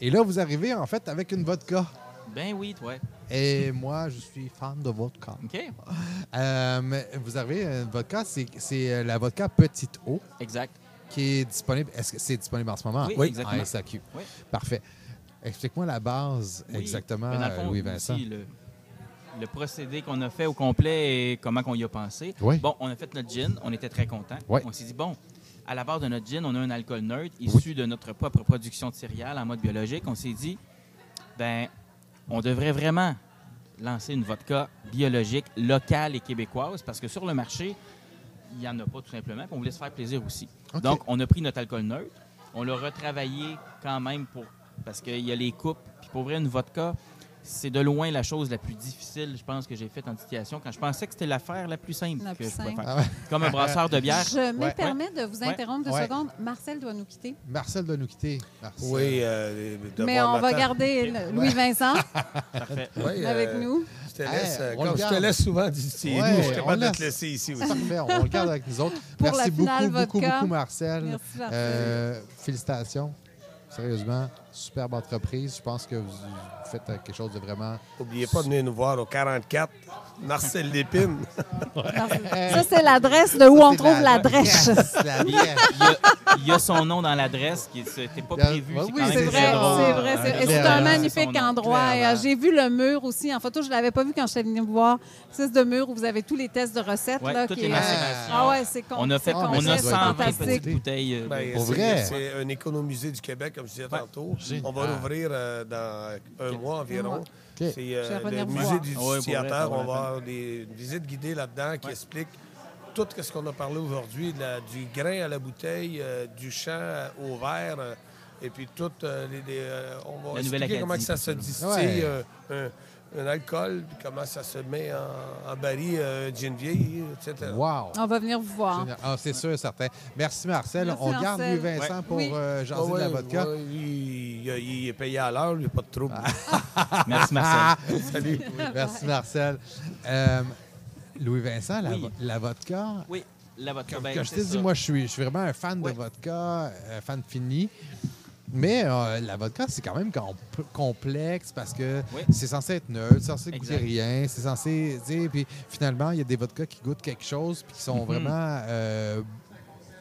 Speaker 1: Et là, vous arrivez, en fait, avec une vodka.
Speaker 3: Ben oui, toi.
Speaker 1: Et moi, je suis fan de vodka.
Speaker 3: OK.
Speaker 1: Euh, vous arrivez à une vodka, c'est c'est, euh, la vodka Petite Eau
Speaker 3: Exact.
Speaker 1: qui est disponible. Est-ce que c'est disponible en ce moment?
Speaker 3: Oui,
Speaker 1: en
Speaker 3: exactement.
Speaker 1: SAQ.
Speaker 3: Oui.
Speaker 1: Parfait. Explique-moi la base
Speaker 3: Oui.
Speaker 1: exactement, euh,
Speaker 3: Ben, dans le fond,
Speaker 1: Louis Vincent.
Speaker 3: aussi, le, le procédé qu'on a fait au complet et comment qu'on y a pensé.
Speaker 1: Oui.
Speaker 3: Bon, on a fait notre gin, on était très contents.
Speaker 1: Oui.
Speaker 3: On s'est dit, bon, à la base de notre gin, on a un alcool neutre issu de notre propre production de céréales en mode biologique. On s'est dit, ben, on devrait vraiment lancer une vodka biologique locale et québécoise parce que sur le marché, il n'y en a pas tout simplement, puis on voulait se faire plaisir aussi.
Speaker 1: OK.
Speaker 3: Donc, on a pris notre alcool neutre, on l'a retravaillé quand même pour parce qu'il y a les coupes. Puis pour vrai, une vodka, c'est de loin la chose la plus difficile, je pense, que j'ai faite en distillation, quand je pensais que c'était l'affaire la plus simple
Speaker 2: La
Speaker 3: que
Speaker 2: plus
Speaker 3: je pouvais
Speaker 2: simple.
Speaker 3: faire. Comme un brasseur de bière.
Speaker 2: Je me
Speaker 1: Ouais.
Speaker 2: permets de vous
Speaker 3: Ouais.
Speaker 2: interrompre deux
Speaker 1: Ouais.
Speaker 2: secondes. Marcel doit nous quitter.
Speaker 1: Marcel doit nous quitter. Marcel.
Speaker 4: Oui, euh, les devoirs
Speaker 2: Mais on va
Speaker 4: matins.
Speaker 2: garder le- Louis-Vincent
Speaker 3: Parfait.
Speaker 4: Oui,
Speaker 2: avec
Speaker 4: euh,
Speaker 2: nous.
Speaker 4: Je te
Speaker 1: Hey,
Speaker 4: laisse, euh,
Speaker 1: on le
Speaker 4: comme je te
Speaker 1: garde.
Speaker 4: laisse souvent distiller,
Speaker 1: Ouais,
Speaker 4: je suis
Speaker 1: on
Speaker 4: capable de
Speaker 1: laisse.
Speaker 4: te laisser ici aussi.
Speaker 1: C'est parfait, on le garde avec nous autres.
Speaker 2: Pour la
Speaker 1: Merci
Speaker 2: finale
Speaker 1: beaucoup, beaucoup,
Speaker 2: vodka.
Speaker 1: beaucoup, Marcel.
Speaker 2: Merci, Marcel.
Speaker 1: Euh, félicitations. Sérieusement, superbe entreprise. Je pense que vous vous faites euh, quelque chose de vraiment.
Speaker 4: N'oubliez pas de venir nous voir au 44 Marcel Lépine.
Speaker 2: Ça, c'est l'adresse de où on
Speaker 1: C'est
Speaker 2: trouve la drèche.
Speaker 1: Yes, la drèche.
Speaker 3: Il y, a, il y a son nom dans l'adresse qui n'était pas
Speaker 1: Il y a-
Speaker 3: prévu.
Speaker 1: oui,
Speaker 3: quand
Speaker 2: ben
Speaker 3: même
Speaker 2: C'est
Speaker 1: C'est
Speaker 2: vrai,
Speaker 1: drôle.
Speaker 2: c'est vrai.
Speaker 3: hein.
Speaker 1: Ah,
Speaker 2: c'est-
Speaker 1: clairement.
Speaker 2: et C'est un
Speaker 3: C'est son
Speaker 2: magnifique
Speaker 3: nom.
Speaker 2: endroit. Et, euh, J'ai vu le mur aussi en photo. Je ne l'avais pas vu quand j'étais venue vous voir. C'est de mur où vous avez tous les tests de recettes.
Speaker 3: Ouais,
Speaker 2: là,
Speaker 3: toutes
Speaker 2: qui
Speaker 3: les
Speaker 2: est-
Speaker 3: macérations.
Speaker 2: Ah ouais, c'est con-
Speaker 3: On a fait,
Speaker 2: c'est
Speaker 1: Ah, mais
Speaker 3: on a
Speaker 1: ça doit être
Speaker 3: 120
Speaker 1: fantastique.
Speaker 3: petites bouteilles. euh,
Speaker 4: Ben,
Speaker 3: de-
Speaker 1: Pour
Speaker 4: c'est-
Speaker 1: vrai?
Speaker 4: C'est un économusée du Québec, comme je disais tantôt.
Speaker 1: Génial.
Speaker 3: Ah.
Speaker 4: On va l'ouvrir euh, dans un mois environ. C'est euh,
Speaker 2: Je vais
Speaker 4: le
Speaker 2: revenir vous
Speaker 4: musée
Speaker 2: voir.
Speaker 4: du
Speaker 3: Ah ouais, pour
Speaker 4: distillateur.
Speaker 3: vrai, ça vaut
Speaker 4: on
Speaker 3: la
Speaker 4: va
Speaker 3: peine.
Speaker 4: avoir des, une visite guidée là-dedans qui explique tout ce qu'on a parlé aujourd'hui, de la- du grain à la bouteille, euh, du champ au verre. euh, et puis tout, euh, les, les, euh, on va
Speaker 3: La nouvelle
Speaker 4: expliquer comment
Speaker 3: Acadie,
Speaker 4: que ça se
Speaker 3: tout ça.
Speaker 4: distille,
Speaker 1: Ouais.
Speaker 4: euh, un, un alcool, puis comment ça se met en, en baril, euh, un gin vieille, etc.
Speaker 1: Wow.
Speaker 2: On va venir vous voir.
Speaker 1: Génial. Ah, c'est sûr, certain. Merci, Marcel.
Speaker 2: Merci,
Speaker 1: on garde
Speaker 2: Marcel.
Speaker 1: Louis-Vincent pour
Speaker 2: Oui.
Speaker 1: euh, jaser
Speaker 4: Ah ouais,
Speaker 1: de la vodka.
Speaker 4: ouais, il, il- il est payé à l'heure, lui, pas de trouble.
Speaker 3: Merci,
Speaker 2: ah.
Speaker 3: Marcel.
Speaker 4: Salut.
Speaker 1: Ah! Merci, Marcel. Euh, Louis-Vincent, la,
Speaker 3: Oui.
Speaker 1: la vodka.
Speaker 3: Oui, la vodka. ben,
Speaker 1: Comme je
Speaker 3: c'est
Speaker 1: t'ai dit,
Speaker 3: ça.
Speaker 1: moi, je suis, je suis vraiment un fan
Speaker 3: Ouais.
Speaker 1: de vodka, euh, fan fini. Mais euh, la vodka, c'est quand même com- complexe parce que
Speaker 3: Ouais.
Speaker 1: c'est censé être neutre, c'est censé goûter
Speaker 3: Exact.
Speaker 1: rien, c'est censé. tu sais, Puis finalement, il y a des vodkas qui goûtent quelque chose puis qui
Speaker 3: Mhm.
Speaker 1: sont vraiment. euh,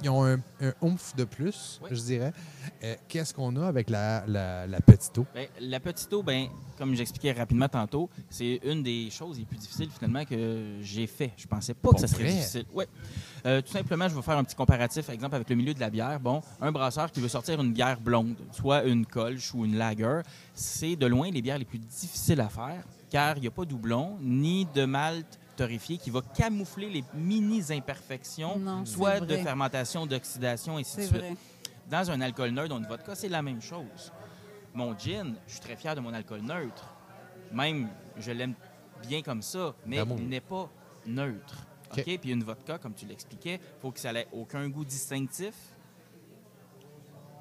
Speaker 1: ils ont un, un oomph de plus,
Speaker 3: Ouais.
Speaker 1: je dirais. Euh, Qu'est-ce qu'on a avec la, la, la petite eau?
Speaker 3: Ben, la petite eau, ben, comme j'expliquais rapidement tantôt, c'est une des choses les plus difficiles finalement que j'ai fait. Je pensais pas
Speaker 1: Pour
Speaker 3: que ça serait
Speaker 1: vrai?
Speaker 3: difficile. Ouais. Euh, tout simplement, je vais faire un petit comparatif, par exemple, avec le milieu de la bière. Bon, un brasseur qui veut sortir une bière blonde, soit une colche ou une lager, c'est de loin les bières les plus difficiles à faire, car il n'y a pas de doublon ni de malt torréfié qui va camoufler les mini-imperfections,
Speaker 2: Non, c'est
Speaker 3: soit de
Speaker 2: vrai.
Speaker 3: fermentation, d'oxydation, et ainsi de
Speaker 2: C'est
Speaker 3: suite
Speaker 2: vrai.
Speaker 3: dans un alcool neutre, dans une vodka, c'est la même chose. Mon gin, je suis très fier de mon alcool neutre. Même, je l'aime bien comme ça, mais
Speaker 1: D'amour.
Speaker 3: il n'est pas neutre. OK?
Speaker 1: OK.
Speaker 3: Puis une vodka, comme tu l'expliquais, faut que ça ait aucun goût distinctif.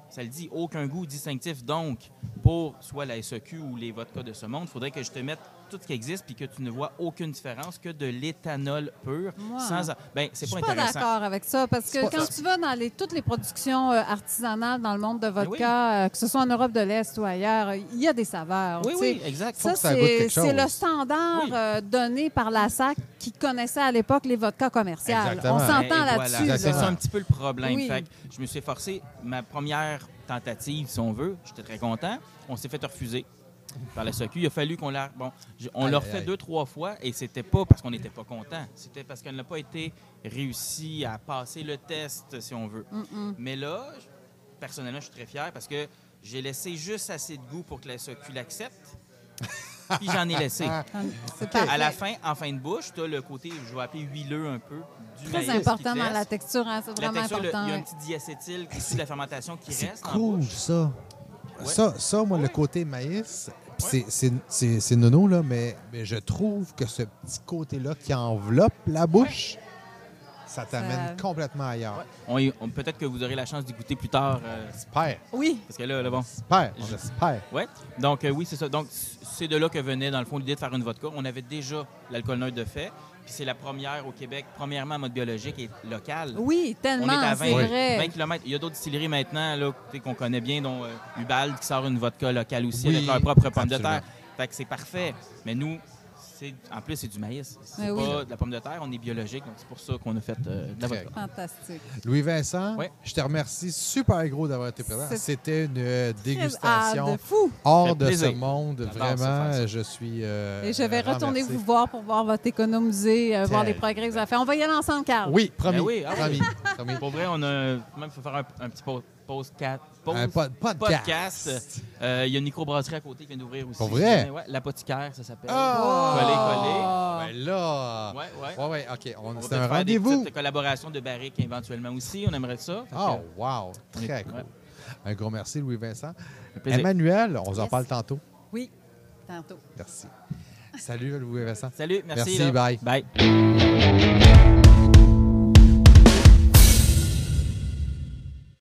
Speaker 3: Ça le dit, aucun goût distinctif. Donc, pour soit la SEQ ou les vodkas de ce monde, il faudrait que je te mette tout ce qui existe puis que tu ne vois aucune différence que de l'éthanol pur.
Speaker 2: Wow.
Speaker 3: Sans... a- Ben,
Speaker 2: Je
Speaker 3: c'est
Speaker 2: suis
Speaker 3: pas
Speaker 2: pas
Speaker 3: intéressant.
Speaker 2: d'accord avec ça parce que
Speaker 1: C'est pas
Speaker 2: quand tu vas dans les- toutes les productions euh, artisanales dans le monde de
Speaker 3: Ben
Speaker 2: vodka, euh, que ce soit en Europe de l'Est ou ailleurs, euh, il y a des saveurs.
Speaker 3: Oui,
Speaker 2: tu sais.
Speaker 3: oui, exact.
Speaker 1: Faut
Speaker 2: Ça,
Speaker 1: que ça goûte
Speaker 2: c'est
Speaker 1: quelque chose.
Speaker 2: c'est le standard
Speaker 3: Oui.
Speaker 2: euh, donné par la SAC qui connaissait à l'époque les vodkas commerciales.
Speaker 1: Exactement.
Speaker 2: On
Speaker 3: Et
Speaker 2: s'entend
Speaker 3: voilà.
Speaker 2: là-dessus. là.
Speaker 3: C'est ça un petit peu le problème.
Speaker 2: Oui.
Speaker 3: Fait que je me suis forcé, ma première tentative, si on veut, j'étais très content. On s'est fait refuser par la SOQ. Il a fallu qu'on la. Bon, je- on
Speaker 1: Aïe,
Speaker 3: l'a
Speaker 1: aïe,
Speaker 3: refait
Speaker 1: aïe.
Speaker 3: deux, trois fois et c'était pas parce qu'on n'était pas content. C'était parce qu'elle n'a pas été réussi à passer le test, si on veut.
Speaker 2: Mm-mm.
Speaker 3: Mais là, je- personnellement, je suis très fier parce que j'ai laissé juste assez de goût pour que la SOQ l'accepte. Puis j'en ai laissé.
Speaker 2: C'est
Speaker 3: À la
Speaker 2: parfait.
Speaker 3: fin, en fin de bouche, tu as le côté, je vais appeler huileux un peu. Du
Speaker 2: Très
Speaker 3: maïs qui
Speaker 2: important dans
Speaker 3: laisse.
Speaker 2: la texture, hein, c'est
Speaker 3: La
Speaker 2: vraiment
Speaker 3: texture, le-
Speaker 2: important.
Speaker 3: il y a un
Speaker 2: oui.
Speaker 3: petit diacétyl qui suit la fermentation qui
Speaker 1: C'est
Speaker 3: reste. en
Speaker 1: cool,
Speaker 3: bouche.
Speaker 1: ça.
Speaker 3: Ouais.
Speaker 1: ça. Ça, moi, le
Speaker 3: Ouais.
Speaker 1: côté maïs, pis
Speaker 3: Ouais.
Speaker 1: c'est- c'est- c'est c'est nono, là, mais, mais je trouve que ce petit côté-là qui enveloppe la bouche, ça t'amène
Speaker 2: Ça-
Speaker 1: complètement ailleurs.
Speaker 3: Ouais. On y- on- Peut-être que vous aurez la chance d'y goûter plus tard. euh,
Speaker 1: Super,
Speaker 2: Oui,
Speaker 3: parce que là, là, bon.
Speaker 1: super,
Speaker 3: Je-
Speaker 1: super.
Speaker 3: Ouais. Donc, euh, oui, c'est ça. Donc, c- c'est de là que venait, dans le fond, l'idée de faire une vodka. On avait déjà l'alcool neutre de fait. Puis c'est la première au Québec, premièrement en mode biologique et local.
Speaker 2: oui,
Speaker 3: On
Speaker 2: tellement,
Speaker 3: est à 20,
Speaker 2: c'est vrai.
Speaker 3: 20 km. Il y a d'autres distilleries maintenant là, tu sais, qu'on connaît bien, dont euh, Ubald qui sort une vodka locale aussi
Speaker 1: Oui,
Speaker 3: avec leur propre pomme de
Speaker 1: absolument.
Speaker 3: terre. Fait que c'est parfait. Mais nous, c'est- en plus, c'est du maïs. C'est
Speaker 2: Mais
Speaker 3: pas
Speaker 2: Ben oui.
Speaker 3: de la pomme de terre, on est biologique. Donc, c'est pour ça qu'on a fait euh, de la
Speaker 1: Très
Speaker 3: vodka.
Speaker 2: Fantastique.
Speaker 1: Louis-Vincent,
Speaker 3: Ouais.
Speaker 1: je te remercie super gros d'avoir été présent.
Speaker 2: C'est-
Speaker 1: C'était une euh,
Speaker 2: Ah,
Speaker 1: dégustation
Speaker 2: de fou.
Speaker 1: hors
Speaker 3: Fait
Speaker 1: de ce
Speaker 3: plaisir.
Speaker 1: monde.
Speaker 3: J'adore ça, faire
Speaker 1: Vraiment,
Speaker 3: ça.
Speaker 1: je suis. euh,
Speaker 2: Et je vais
Speaker 1: vraiment
Speaker 2: retourner
Speaker 1: remercié.
Speaker 2: vous voir pour voir votre économusée, euh, voir les progrès que vous avez fait. On va y aller ensemble, Carl.
Speaker 1: Oui, promis.
Speaker 3: Ben oui, ah oui.
Speaker 1: promis, promis.
Speaker 3: Pour vrai, on a même faut faire un, un petit pause pause cat- pause-
Speaker 1: Un pod- podcast.
Speaker 3: podcast. Euh, Il y a une microbrasserie à côté qui vient d'ouvrir aussi.
Speaker 1: Pour vrai?
Speaker 3: Ouais, L'apothicaire, ça s'appelle.
Speaker 1: Ah! Ben là.
Speaker 3: Ouais, ouais.
Speaker 1: Ouais, ouais, OK. On,
Speaker 3: va
Speaker 1: c'est un
Speaker 3: peut-être faire des
Speaker 1: rendez-vous.
Speaker 3: petites collaborations de barriques éventuellement aussi. On aimerait ça. Fait que,
Speaker 1: Oh, wow.
Speaker 3: on est-
Speaker 1: Très cool.
Speaker 3: ouais.
Speaker 1: Un gros merci, Louis-Vincent.
Speaker 3: un plaisir.
Speaker 1: Emmanuel, on vous en
Speaker 2: Yes.
Speaker 1: parle tantôt.
Speaker 2: Oui.
Speaker 5: tantôt.
Speaker 3: Merci. Salut, Louis Vincent.
Speaker 1: Salut, merci.
Speaker 3: Merci,
Speaker 1: là.
Speaker 3: bye.
Speaker 1: Bye.